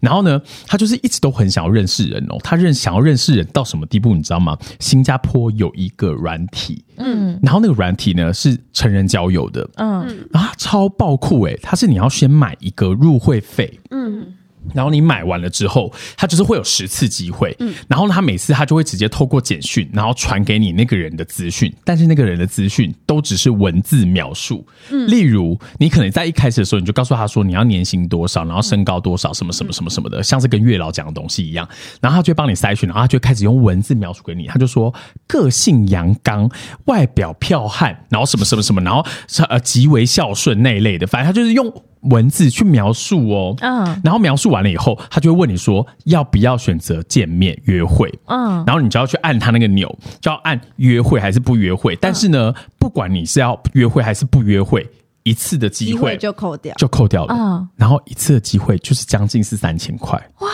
S4: 然后呢，他就是一直都很想要认识人哦，他认想要认识人到什么地步，你知道吗？新加坡有一个软体，嗯，然后那个软体呢是成人交友的，
S3: 嗯，
S4: 欸啊，超爆酷诶、它是你要先买一个入会费，嗯，然后你买完了之后，他就是会有十次机会，然后呢，他每次他就会直接透过简讯，然后传给你那个人的资讯，但是那个人的资讯都只是文字描述，例如你可能在一开始的时候你就告诉他说你要年薪多少，然后身高多少，什么什么什么什么的，像是跟月老讲的东西一样，然后他就会帮你筛选，然后他就会开始用文字描述给你，他就说个性阳刚，外表剽悍，然后什么什么什么，然后呃极为孝顺那一类的，反正他就是用。文字去描述哦，
S3: 嗯
S4: 然后描述完了以后，他就会问你说要不要选择见面约会，
S3: 嗯
S4: 然后你就要去按他那个钮，就要按约会还是不约会。但是呢，不管你是要约会还是不约会，一次的机
S2: 机
S4: 会
S2: 会就扣掉。
S4: 就扣掉了，
S3: 嗯
S4: 然后一次的机会就是将近是三千块，哇！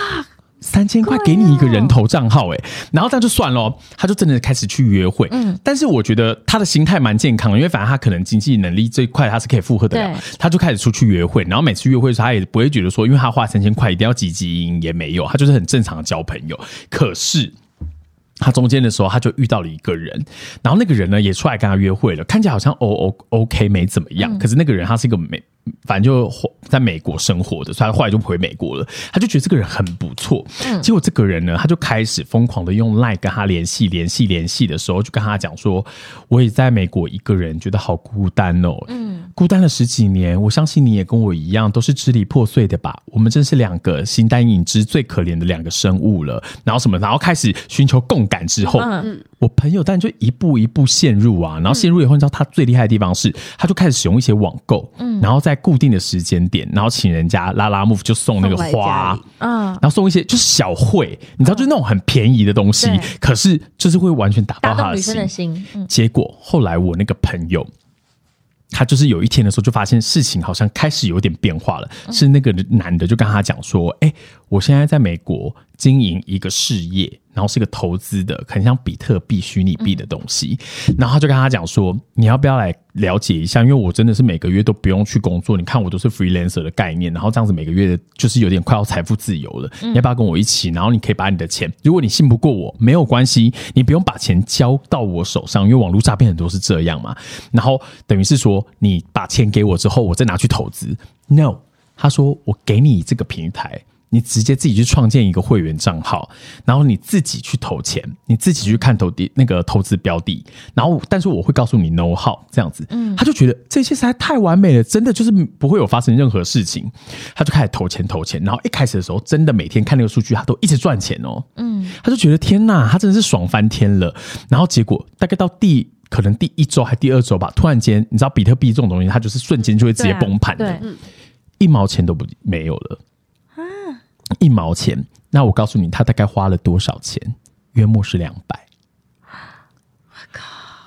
S4: 三千块给你一个人头账号、欸，然后这样就算了哦，他就真的开始去约会。嗯，但是我觉得他的心态蛮健康的，因为反正他可能经济能力这一块他是可以负荷得了
S3: 对，
S4: 他就开始出去约会，然后每次约会的时候，他也不会觉得说，因为他花三千块一定要积极营，也没有，他就是很正常的交朋友。可是。他中间的时候，他就遇到了一个人，然后那个人呢也出来跟他约会了，看起来好像哦哦 OK 没怎么样，可是那个人他是一个美，反正就在美国生活的，所以他后来就回美国了。他就觉得这个人很不错，结果这个人呢，他就开始疯狂的用 Line 跟他联系，联系，联系的时候就跟他讲说，我也在美国一个人，觉得好孤单哦，嗯，孤单了十几年，我相信你也跟我一样，都是支离破碎的吧？我们真是两个形单影只、最可怜的两个生物了。然后什么，然后开始寻求共感之后，
S3: 嗯
S4: 我朋友但就一步一步陷入啊，然后陷入以后，你知道他最厉害的地方是，他就开始使用一些网购，
S2: 嗯
S4: 然后在固定的时间点，然后请人家拉拉木就送那个
S2: 送来家
S4: 花
S2: 里，
S3: 嗯，
S4: 然后送一些就是小惠，你知道，就是那种很便宜的东西
S3: 哦对，
S4: 可是就是会完全打
S3: 打
S4: 到他
S3: 动
S4: 的
S3: 女
S4: 心
S3: 生。的心，嗯
S4: 结果后来我那个朋友，他就是有一天的时候就发现事情好像开始有点变化了，
S3: 嗯
S4: 是那个男的就跟他讲说：“哎、我现在在美国经营一个事业，然后是个投资的，很像比特币、虚拟币的东西。
S3: 嗯
S4: 然后他就跟他讲说：“你要不要来了解一下？因为我真的是每个月都不用去工作，你看我都是 freelancer 的概念，然后这样子每个月就是有点快要财富自由了。你要不要跟我一起？然后你可以把你的钱，如果你信不过我，没有关系，你不用把钱交到我手上，因为网络诈骗很多是这样嘛。然后等于是说，你把钱给我之后，我再拿去投资。No，他说我给你这个平台。”你直接自己去创建一个会员账号，然后你自己去投钱，你自己去看投地那个投资标的，然后但是我会告诉你 no 号这样子，
S3: 嗯
S4: 他就觉得这些实在太完美了，真的就是不会有发生任何事情，他就开始投钱投钱，然后一开始的时候真的每天看那个数据，他都一直赚钱哦，嗯，他就觉得天呐，他真的是爽翻天了，然后结果大概到第。可能第一周还第二周吧，突然间，你知道比特币这种东西，它就是瞬间就会直接
S3: 对啊
S4: 崩盘的，
S3: 对，
S4: 一毛钱都不没有了一毛钱。那我告诉你，他大概花了多少钱？约莫是两百。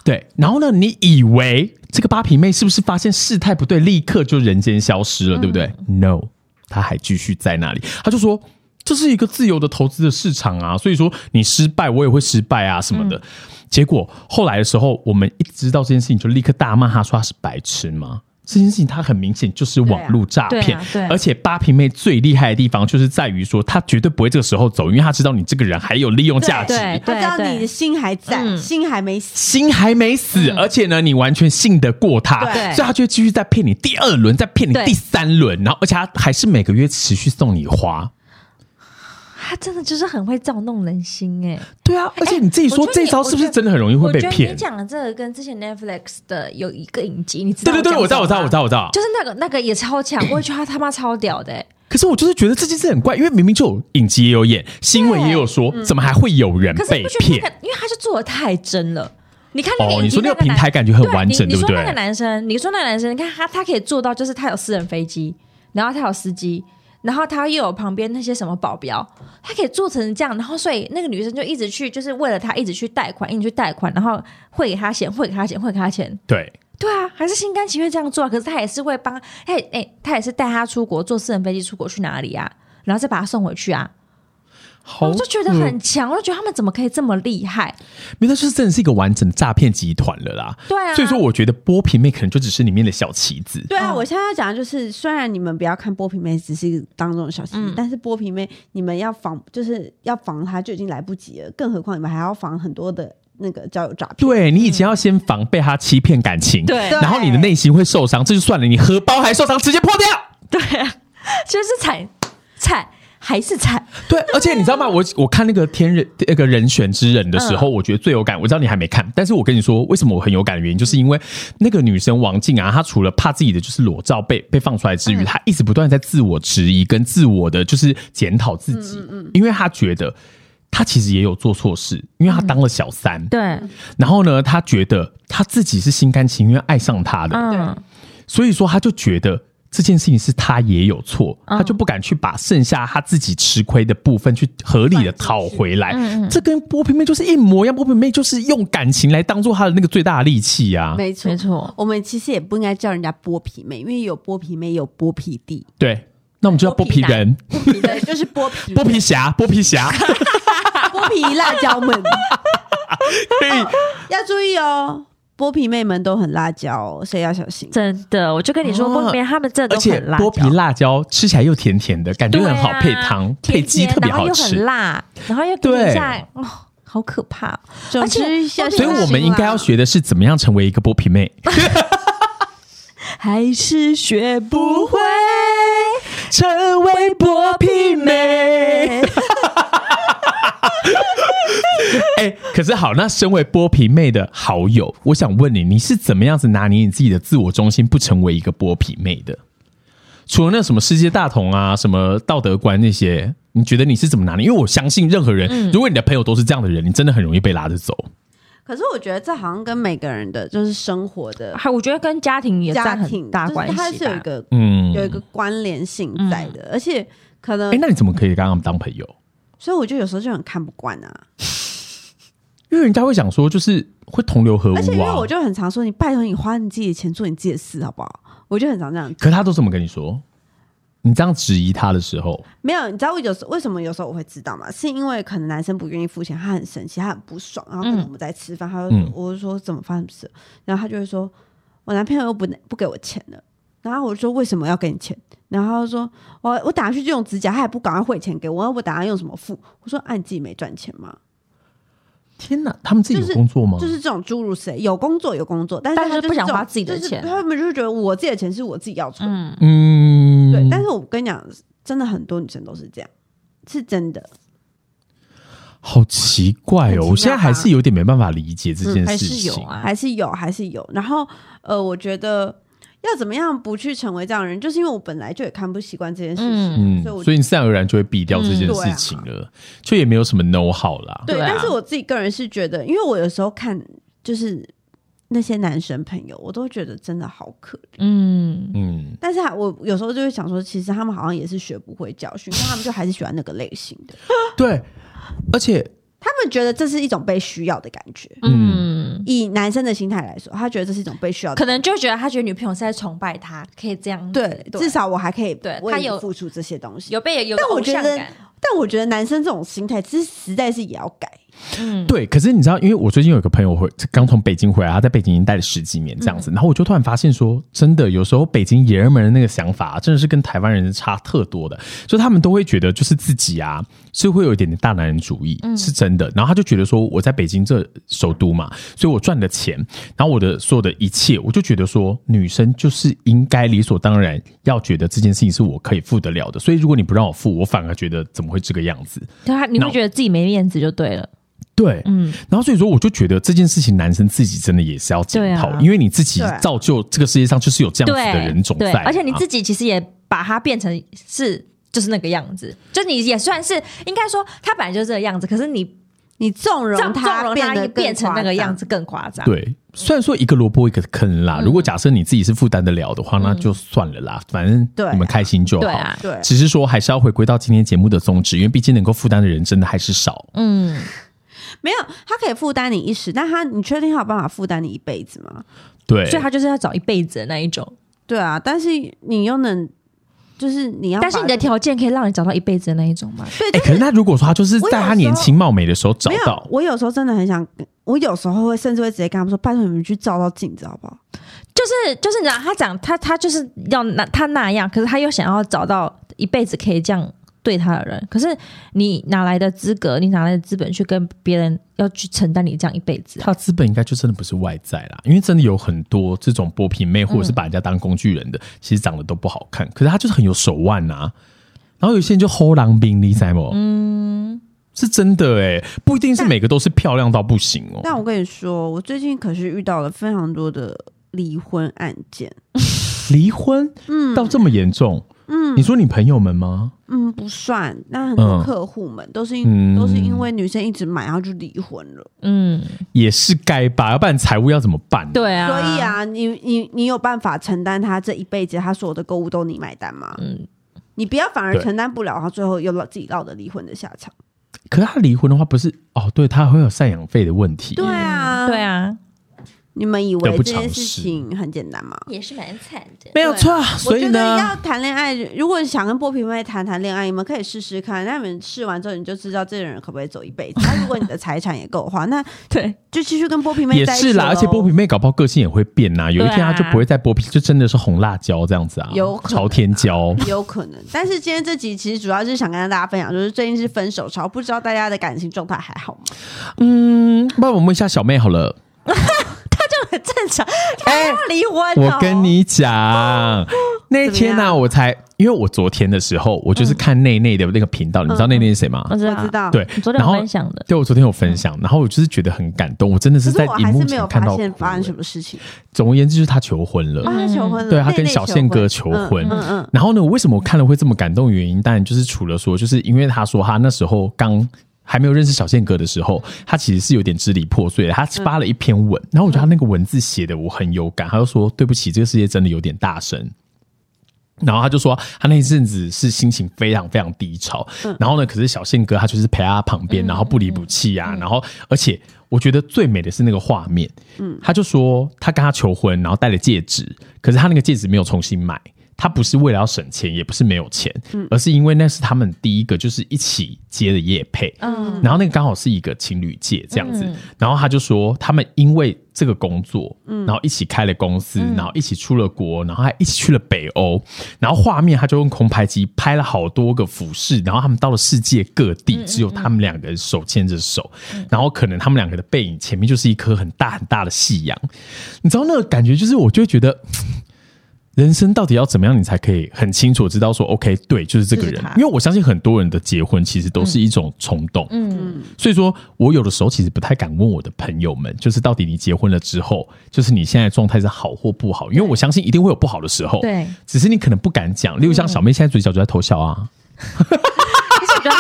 S4: 对，然后呢？你以为这个八皮妹是不是发现事态不对，立刻就人间消失了，对不对？No，她
S3: 嗯
S4: 还继续在那里。她就说这是一个自由的投资的市场啊，所以说你失败，我也会失败啊什么的。
S3: 嗯
S4: 结果后来的时候，我们一知道这件事情，就立刻大骂她说她是白痴吗？这件事情她很明显就是网络诈
S3: 对
S4: 骗
S3: 啊，对啊
S4: 而且八平妹最厉害的地方就是在于说，她绝对不会这个时候走，因为她知道你这个人还有利用价值，
S3: 对
S2: 他知道你的心还在，
S3: 嗯
S2: 心还没死，
S4: 心还没死，而且呢，你完全信得过他，
S3: 对
S4: 所以他就会继续再骗你第二轮，再骗你
S3: 对
S4: 第三轮，然后而且他还是每个月持续送你花。
S3: 他真的就是很会躁动人心哎。
S4: 对啊，而且你自己说
S3: 我觉得
S4: 这
S3: 你
S4: 招是不是真的很容易会
S3: 我
S4: 被
S3: 觉得你
S4: 骗？
S3: 讲的这个跟之前 Netflix 的有一个影集，你知道
S4: 对对对，我知道，我知道，我知道，
S3: 我
S4: 我知道。
S3: 就是那个那个也超强，我也觉得他他妈超屌的、欸，
S4: 可是我就是觉得这件事很怪，因为明明就有影集也有演，新闻也有说，怎么还会有人
S3: 可是你
S4: 被
S3: 不觉得那
S4: 骗
S3: 个？，因为他就做的太真了。你看那个
S4: 哦
S3: 影集、
S4: 你说那个
S3: 个男
S4: 平台感觉很完
S3: 对啊
S4: 整
S3: 你
S4: 对不
S3: 你说那
S4: 对
S3: 个男生，你说那个男生，你看他他可以做到，就是他有私人飞机，然后他有司机，然后他又有旁边那些什么保镖，他可以做成这样，然后所以那个女生就一直去，就是为了他一直去贷款，一直去贷款，然后汇给他钱，汇给他钱，汇给他钱。
S4: 对，
S3: 对啊，还是心甘情愿这样做啊。可是他也是会帮，哎、哎、他也是带他出国坐私人飞机出国去哪里啊，然后再把他送回去啊。
S4: 好嗯
S3: 我就觉得
S4: 恶
S3: 很强，我就觉得他们怎么可以这么厉害？
S4: 因为它就是真的是一个完整的诈骗集团了啦。
S3: 对啊
S4: 所以说我觉得剥皮妹可能就只是里面的小棋子。
S2: 对啊，
S3: 嗯
S2: 我现在要讲的就是，虽然你们不要看剥皮妹只是当中的小
S3: 嗯
S2: 心，但是剥皮妹你们要防，就是要防她就已经来不及了，更何况你们还要防很多的那个交友诈骗。
S4: 对你以前要先防备他欺骗感情，
S3: 对
S4: 然后你的内心会受伤，这就算了，你荷包还受伤，直接破掉。
S3: 对啊，就是踩踩还是惨。
S4: 对，而且你知道吗？我我看那个天人呃那个人选之人的时
S3: 嗯
S4: 候，我觉得最有感。我知道你还没看，但是我跟你说，为什么我很有感的原因，就是因为那个女生王静啊，她除了怕自己的就是裸照被被放出来之
S3: 嗯
S4: 余，她一直不断在自我质疑跟自我的就是检讨自己，
S3: 嗯
S4: 因为她觉得她其实也有做错事，因为她当了小三，
S3: 对，
S4: 然后呢，她觉得她自己是心甘情愿爱上他的，
S3: 嗯，
S4: 所以说他就觉得这件事情是他也有错，
S3: 嗯
S4: 他就不敢去把剩下他自己吃亏的部分去合理的讨回来。
S3: 嗯
S4: 这跟波平妹就是一模一样，波平妹就是用感情来当做他的那个最大的利器啊。
S2: 没错
S3: 没。错。
S2: 我们其实也不应该叫人家剥皮妹，因为有剥皮妹，有剥皮 弟，
S4: 对，那我们就叫剥皮人、
S2: 剥皮的就是剥皮妹
S4: 剥皮侠、剥皮侠。
S2: 剥皮辣椒 们，要注意哦，剥皮妹们都很辣椒哦、所以要小心。
S3: 真的，我就跟你说，
S4: 哦
S3: 波皮他们真的
S4: 而
S3: 都
S4: 且
S3: 很 辣椒，
S4: 剥皮辣椒吃起来又甜甜的，感觉
S3: 对啊
S4: 很好配汤，配
S3: 甜
S4: 鸡
S3: 甜
S4: 特别
S3: 然后
S4: 好
S3: 又
S4: 吃
S3: 很。辣，然后又给你
S4: 对
S3: 一下，哦，好可怕哦。
S2: 总
S3: 而且
S2: 之要
S3: 剥皮
S2: 小
S4: 所
S2: 心啊
S4: 以
S2: 啦。
S4: 我们应该要学的是怎么样成为一个剥皮妹，
S3: 还是学不会。
S4: 成为剥皮妹。哎、可是好，那身为剥皮妹的好友，我想问你，你是怎么样子拿捏你自己的自我中心，不成为一个剥皮妹的？除了那什么世界大同啊，什么道德观那些，你觉得你是怎么拿捏？因为我相信任何人，
S2: 嗯
S4: 如果你的朋友都是这样的人，你真的很容易被拉着走。
S2: 可是我觉得这好像跟每个人的就是生活的
S3: 还我觉得跟家庭也
S2: 家
S3: 占
S2: 庭
S3: 很大关系
S2: 就
S3: 吧。嗯
S2: 是它是有一个、
S4: 嗯，
S2: 有一个关联性在的，而且可能
S4: 哎、，那你怎么可以跟他们当朋友？
S2: 所以我就有时候就很看不惯啊。
S4: 因为人家会想说，就是会同流合污
S2: 而且因为
S4: 啊
S2: 我。就很常说，你拜托你花你自己的钱做你自己的事，好不好？我就很常这样。
S4: 可他都这么跟你说，你这样质疑他的时候，
S2: 没有，你知道我有时为什么有时候我会知道吗？是因为可能男生不愿意付钱，他很生气，他很不爽，然后可能我们在吃饭，他就
S4: 嗯
S2: 我就说怎么发生事，然后他就会说，我男朋友又不不给我钱了，然后我就说为什么要给你钱？然后他就说我我打算去用指甲，他也不赶快汇钱给我，我打算用什么付？我说啊，你自己没赚钱吗？
S4: 天哪，他们自己
S2: 就
S4: 有
S2: 是
S4: 工作吗？
S2: 就是这种诸如此类，有工作有工作，但是
S3: 哦但
S2: 他
S3: 是
S2: 就
S3: 不想
S2: 这种
S3: 花自己的钱
S2: 就是他们就觉得我自己的钱是我自己要存，
S3: 嗯，
S4: 嗯，
S2: 对。但是我跟你讲，真的很多女生都是这样，是真的。
S4: 好奇怪
S2: 很奇
S4: 哦，
S2: 妙
S4: 我现在还
S2: 吧嗯
S4: 是有点没办法理解这件
S3: 还
S4: 事
S3: 是有
S4: 情。
S3: 啊。
S2: 还是有，还是有。然后呃，我觉得要怎么样不去成为这样的人，就是因为我本来就也看不习惯这件事情，
S4: 嗯
S2: 所以，我
S4: 所以你自然而然就会避掉这
S2: 嗯
S4: 件
S2: 对
S4: 事
S2: 啊
S4: 情了，就也没有什么 no 好啦。
S2: 对。
S3: 对啊
S2: 但是我自己个人是觉得，因为我有时候看就是那些男生朋友，我都觉得真的好可怜。
S3: 嗯，
S4: 嗯，
S2: 但是还我有时候就会想说，其实他们好像也是学不会教训，因为他们就还是喜欢那个类型的，
S4: 对，而且
S2: 他们觉得这是一种被需要的感觉。
S3: 嗯，
S2: 以男生的心态来说，他觉得这是一种被需要的
S3: 可能就觉得他觉得女朋友是在崇拜他，可以这样子
S2: 对，至少我还可以
S3: 对他
S2: 为你
S3: 有
S2: 付出这些东西。
S3: 有被有
S2: 但我
S3: 偶
S2: 觉
S3: 像
S2: 得
S3: 感。
S2: 但我觉得男生这种心态，其实实在是也要改。
S3: 嗯，
S4: 对，可是你知道，因为我最近有一个朋友回刚从北京回来，他在北京已经待了十几年这样子，然后我就突然发现说，真的有时候北京爷们儿的那个想法、真的是跟台湾人差特多的，就他们都会觉得就是自己啊是会有一点点大男人主义，是真的。然后他就觉得说，我在北京这首都嘛，所以我赚的钱，然后我的所有的一切，我就觉得说，女生就是应该理所当然要觉得这件事情是我可以付得了的，所以如果你不让我付，我反而觉得怎么会这个样子？
S3: 对他你会觉得自己没面子就对了。
S4: 对，
S3: 嗯，
S4: 然后所以说，我就觉得这件事情，男生自己真的也是要检讨，
S3: 对啊
S4: 因为你自己
S2: 对啊
S4: 造就这个世界上就是有这样子
S3: 对
S4: 的人种在啊
S3: 对
S4: 嘛、，
S3: 而且你自己其实也把他变成是就是那个样子，就你也算是应该说他本来就是这个样子，可是你
S2: 你纵容
S3: 纵纵
S2: 他
S3: 容
S2: 变
S3: 他
S2: 得
S3: 也
S2: 更
S3: 变成那个
S2: 夸张
S3: 样，子更夸张。
S4: 对，虽然说一个萝卜一个坑
S3: 嗯
S4: 啦，如果假设你自己是负担得了的话，那就算了啦，反正
S2: 对啊
S4: 你们开心就好。
S3: 对啊
S2: 对
S4: 只是说还是要回归到今天节目的宗旨，因为毕竟能够负担的人真的还是少。
S3: 嗯，
S2: 没有，他可以负担你一时，但他你确定他有办法负担你一辈子吗？
S4: 对，
S3: 所以他就是要找一辈子的那一种，
S2: 对啊，但是你又能，就是你要把
S3: 但
S2: 这
S3: 是
S2: 个，
S3: 你的条件可以让你找到一辈子的那一种吗？
S2: 对，
S4: 哎、
S2: 就是
S4: 可是那如果说他就是在他年轻貌美的时候找
S2: 没有
S4: 到。，
S2: 我有时候真的很想，我有时候会甚至会直接跟他们说，拜托你们去照照镜子好不好？
S3: 就是就是，你知道他讲他他就是要那他那样，可是他又想要找到一辈子可以这样对他的人，可是你哪来的资格？你哪来的资本去跟别人要去承担你这样一辈子啊、
S4: 他的资本应该就真的不是外在啦，因为真的有很多这种剥皮妹或者是把人家当工具人的，其实长得都不好看，可是他就是很有手腕啊。然后有些人就齁狼兵，你知道吗？嗯，是真的哎、不一定是每个都是漂亮到不行哦、
S2: 但我跟你说，我最近可是遇到了非常多的离婚案件。
S4: 离婚，嗯，到这么严重，嗯，你说你朋友们吗？
S2: 嗯，不算。那很多
S4: 嗯
S2: 客户们都是因、
S4: 嗯
S2: 都是因为女生一直买，然后就离婚了。
S3: 嗯，
S4: 也是该吧，要不然财务要怎么办？，
S3: 对啊，
S2: 所以，啊，你你你有办法承担他这一辈子他所有的购物都你买单吗？
S3: 嗯，
S2: 你不要反而
S4: 对嗯
S2: 承担不了，然后最后又落自己落得离婚的下场。
S4: 可是他离婚的话，不是哦，对他会有赡养费的问题。
S2: 对啊，
S3: 对。啊，
S2: 你们以为
S4: 得
S2: 这
S4: 不偿
S2: 件事
S4: 失
S2: 情很简单吗？
S3: 也是蛮惨的。
S4: 没有错，
S2: 我
S4: 啊所以
S2: 觉得
S4: 呢，
S2: 要谈恋爱，如果想跟波平妹谈谈恋爱，你们可以试试看。那你们试完之后，你就知道这个人可不可以走一辈子。那如果你的财产也够的话，那
S3: 对，
S2: 就继续跟波平妹
S4: 也
S2: 在一起
S4: 是啦，而且
S2: 咯
S4: 波皮妹搞不好个性也会变呐、有一天她就
S3: 对啊
S4: 不会再剥皮，就真的是红辣椒这样子啊，
S2: 有可能啊
S4: 朝天椒。
S2: 有可能。但是今天这集其实主要是想跟大家分享，就是最近是分手潮，不知道大家的感情状态还好吗？
S4: 嗯，那我们问一下小妹好了，
S3: 很正常。他
S2: 哎
S3: 要离婚哦，
S4: 我跟 你讲，那天
S2: 怎么嗯
S4: 呢、我才因为我昨天的时候，我就是看内内的那个频道，你知道内内是谁吗？
S3: 我知
S2: 我
S3: 道，
S2: 知道，
S4: 对
S3: 你，昨天
S4: 然
S3: 有
S4: 后
S3: 分享的，
S4: 对，我昨天有分享，然后我就是觉得很感动，我真的
S2: 可
S4: 是
S2: 是
S4: 在
S2: 我
S4: 荧
S2: 还是
S4: 幕
S2: 没有
S4: 前看
S2: 发
S4: 到哭
S2: 现发生什
S4: 欸。
S2: 么事情。
S4: 总而言之，就是她求婚了
S2: 啊，。他
S3: 嗯
S2: 求婚了，
S4: 对他跟
S2: 内内
S4: 小宪哥求
S2: 婚，
S4: 婚，
S2: 嗯嗯
S4: 然后呢，我为什么我看了会这么感动？原因当然就是除了说，就是因为他说他那时候刚还没有认识小宪哥的时候，他其实是有点支离破碎的。他发了一篇文，然后我觉得他那个文字写的我很有感，他就说对不起，这个世界真的有点大声。然后他就说，他那一阵子是心情非常非常低潮。然后呢，可是小宪哥他就是陪在他旁边，然后不离不弃啊。然后，而且我觉得最美的是那个画面。嗯，他就说他跟他求婚，然后戴了戒指，可是他那个戒指没有重新买。他不是为了要省钱，也不是没有钱，而是因为那是他们第一个就是一起接的夜配，
S3: 嗯，
S4: 然后那个刚好是一个情侣界这样子，然后他就说他们因为这个工作，然后一起开了公司，然后一起出了国，然后还一起去了北欧，然后画面他就用空拍机拍了好多个俯视，然后他们到了世界各地，只有他们两个人手牵着手，然后可能他们两个的背影前面就是一颗很大很大的夕阳，你知道那个感觉就是我就会觉得。人生到底要怎么样，你才可以很清楚地知道说，OK，对，就是这个
S2: 就
S4: 人
S2: 是他。
S4: 因为我相信很多人的结婚其实都是一种冲动，嗯，所以说我有的时候其实不太敢问我的朋友们，就是到底你结婚了之后，就是你现在状态是好或不好，因为我相信一定会有不好的时候，
S3: 对，
S4: 只是你可能不敢讲。例如像小妹现在嘴角就在偷笑
S2: 嗯
S4: 啊，
S3: 其实我觉得他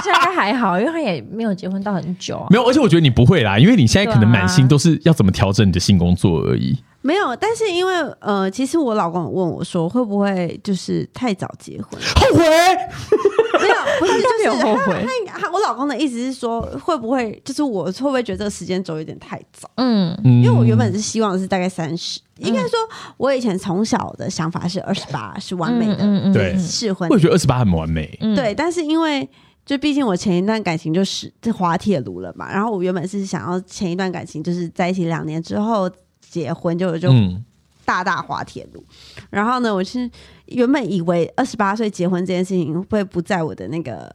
S3: 现在应该还好，因为他也没有结婚到很久啊。
S4: 没有，而且我觉得你不会啦，因为你现在可能满心都是要怎么调整你的性工作而已。
S2: 没有，但是因为呃，其实我老公有问我说，会不会就是太早结 婚？
S4: 后悔，
S2: 没有，不是，就是
S3: 有后悔
S2: 他他我老公的意思是说，会不会就是我会不会觉得这个时间轴有点太早？
S3: 嗯，
S2: 因
S4: 因
S2: 为我原本是希望是大概三十、应该说我以前从小的想法是二十八是完美
S3: 嗯
S2: 的
S3: 嗯嗯，
S4: 对
S2: 适婚
S4: 我也觉得二十八很完美，
S3: 嗯
S2: 对，但是因为就毕竟我前一段感情就是这滑铁卢了嘛，然后我原本是想要前一段感情就是在一起两年之后结婚，就我就
S4: 嗯，
S2: 大大滑铁卢。然后呢，我是原本以为二十八岁结婚这件事情会不在我的那个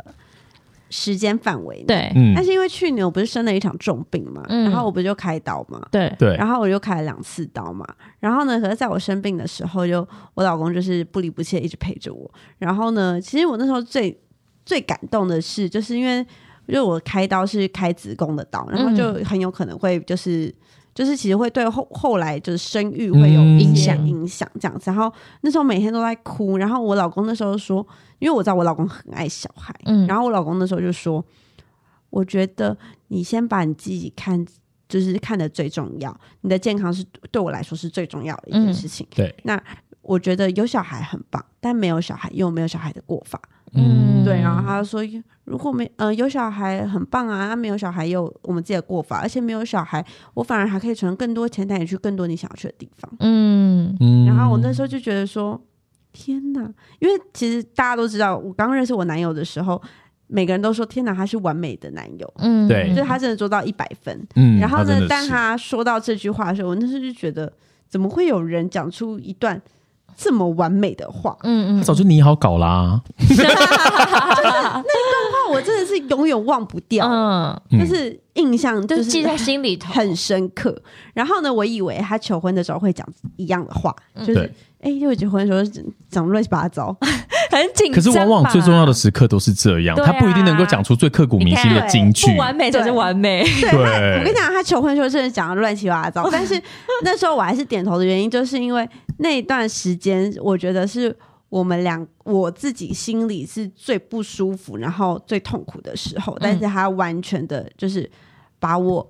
S2: 时间范围内，
S3: 对
S4: 嗯
S2: 但是因为去年我不是生了一场重病嘛，
S3: 嗯
S2: 然后我不就开刀嘛，
S3: 对，
S4: 对，
S2: 然后我就开了两次刀嘛。然后呢，可是在我生病的时候就，我老公就是不离不弃，一直陪着我。然后呢，其实我那时候最最感动的是，就是因为因为我开刀是开子宫的
S4: 嗯
S2: 刀，然后就很有可能会就是。就是其实会对后后来就是生育会有
S4: 嗯
S2: 一
S3: 影
S2: 些
S3: 响
S2: 影响这样子，然后那时候每天都在哭，然后我老公那时候说，因为我知道我老公很爱小孩，
S3: 嗯
S2: 然后我老公那时候就说，我觉得你先把你自己看，就是看得最重要，你的健康是对我来说是最重要的一件事情。
S4: 对，
S2: 我觉得有小孩很棒，但没有小孩又没有小孩的过法。
S3: 嗯
S2: 对，啊然后他就说，如果没呃有小孩很棒啊，啊没有小孩也有我们自己的过法，而且没有小孩，我反而还可以存更多钱，带你去更多你想要去的地方。
S3: 嗯
S4: 嗯
S2: 然后我那时候就觉得说，天哪！因为其实大家都知道，我刚认识我男友的时候，每个人都说天哪，他是完美的男友，
S3: 嗯，
S4: 对
S2: 就是他真的做到一百分。
S4: 嗯
S2: 然后
S4: 她真
S2: 呢
S4: 的，
S2: 当
S4: 是
S2: 他说到这句话的时候，我那时候就觉得，怎么会有人讲出一段这么完美的话？
S3: 嗯嗯
S4: 早就你好搞啦，
S2: 那我真的是永远忘不掉，
S3: 嗯，
S4: 嗯
S2: 就是印象
S3: 就
S2: 就是
S3: 记
S2: 是
S3: 在心里头，
S2: 很深刻。然后呢，我以为他
S3: 嗯
S2: 求婚的时候会讲一样的话，就是
S4: 对
S2: 哎，因为我结婚的时候讲讲乱七八糟，
S3: 很紧张吧。
S4: 可是往往最重要的时刻都是这样，
S3: 对啊
S4: 他不一定能够讲出最刻骨铭心的金句
S3: 不。完美才是完美，
S2: 我跟
S4: 对
S2: 你，讲，他求婚的时候真的讲的乱七八糟，但是那时候我还是点头的原因，就是因为那一段时间，我觉得是我们两我自己心里是最不舒服，然后最痛苦的时候，但是他完全的就是把我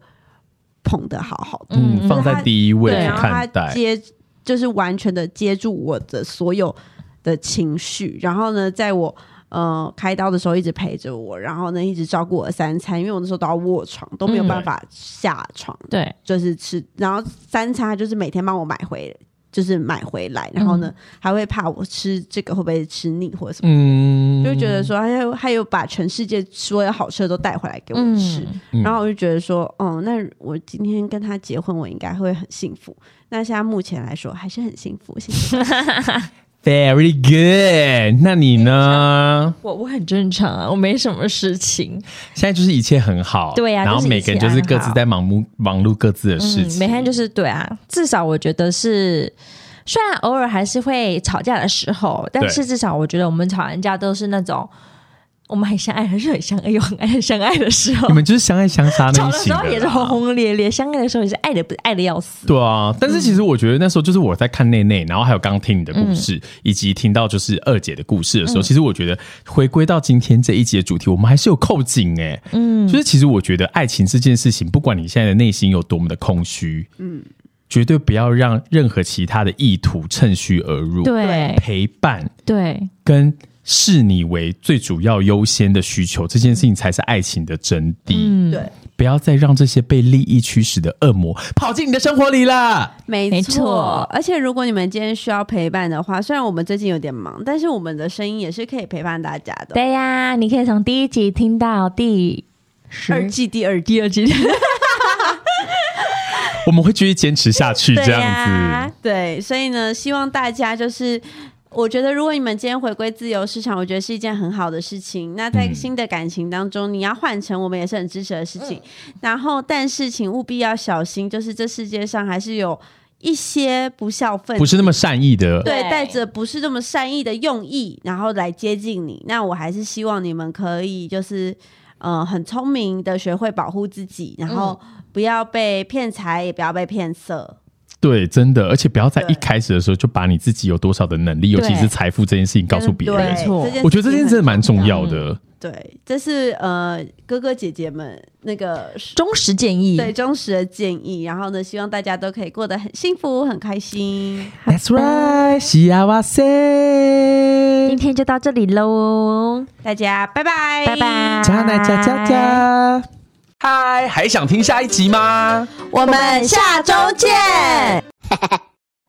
S2: 捧得好好的，
S4: 嗯，放在第一位
S2: 对，
S4: 去
S2: 然后他
S4: 看待。
S2: 接就是完全的接住我的所有的情绪，然后呢，在我。呃，开刀的时候一直陪着我，然后呢，一直照顾我的三餐，因为我那时候都要卧床，都没有
S3: 嗯
S2: 办法下床，
S3: 对，
S2: 就是吃，然后三餐他就是每天帮我买回，就是买回来，然后呢、还会怕我吃这个会不会吃腻或者什么，
S4: 嗯，
S2: 就会觉得说他有他有把全世界所有好吃的都带回来给我吃，
S4: 嗯
S2: 然后我就觉得说，哦、那我今天跟他结婚，我应该会很幸福。那现在目前来说还是很幸福，谢 谢。
S4: very good。那你呢？
S3: 我我很正常啊，我没什么事情，
S4: 现在就是一切很好，
S3: 对啊
S4: 然后
S3: 就是一切
S4: 每个人就是各自在忙碌忙碌各自的事
S3: 嗯，
S4: 情，
S3: 每天就是对啊，至少我觉得是。虽然偶尔还是会吵架的时候，但是至少我觉得我们吵完架都是那种我们很相爱，还是很相爱又很爱很相爱的时候
S4: 你。们就是相爱相杀那
S3: 吵
S4: 一
S3: 的
S4: 型
S3: 时候
S4: 的
S3: 也是
S4: 啦
S3: 轰轰烈烈，相爱的时候也是爱的不爱的要死。
S4: 对啊，但是其实我觉得那时候就是我在看内内，然后还有刚刚听你的故事，以及听到就是二姐的故事的时候，其实我觉得回归到今天这一集的主题，我们还是有扣紧哎、嗯，就是其实我觉得爱情这件事情，不管你现在的内心有多么的空虚，嗯，绝对不要让任何其他的意图趁虚而入，
S3: 对
S4: 陪伴
S3: 对，
S4: 跟视你为最主要优先的需求，这件事情才是爱情的真谛，
S2: 对，
S4: 不要再让这些被利益驱使的恶魔跑进你的生活里了。
S2: 没
S3: 没
S2: 错
S3: 错。
S2: 而且如果你们今天需要陪伴的话，虽然我们最近有点忙，但是我们的声音也是可以陪伴大家的。
S3: 对呀、你可以从第一集听到第十
S2: 二季第二季，
S3: 第二集，
S4: 我们会继续坚持下 去，这样子。
S2: 对，所以呢，希望大家就是。我觉得，如果你们今天回归自由市场，我觉得是一件很好的事情。那在
S4: 嗯
S2: 新的感情当中，你要换成我们也是很支持的事情。
S4: 嗯
S2: 然后，但是请务必要小心，就是这世界上还是有一些不孝分
S4: 不
S2: 子，
S4: 是那么善意的。
S2: 对
S3: 对
S2: 带着不是这么善意的用意，然后来接近你。那我还是希望你们可以就是呃很聪明的学会保护自己，然后
S4: 嗯
S2: 不要被骗财，也不要被骗色。
S4: 对，真的，而且不要在
S2: 对
S4: 一开始的时候就把你自己有多少的能力，尤其是财富这件事情告诉别
S2: 嗯对
S4: 人。
S3: 没错
S2: 这件
S4: 我觉得这
S2: 事
S4: 件
S2: 情
S4: 事真的
S2: 很
S4: 蛮重要
S3: 要
S4: 的。
S2: 对，这是呃哥哥姐姐们那个
S3: 忠实建
S4: 嗯
S3: 议。
S2: 对忠实的建议。然后呢，希望大家都可以过得很幸福、很开心。
S4: That's right，西亚哇塞
S3: 今，天就到这里喽，
S2: 大家拜拜，
S3: 拜拜，
S4: 加奶加加。加。嗨，还想听下一集吗？
S2: 我们下周见。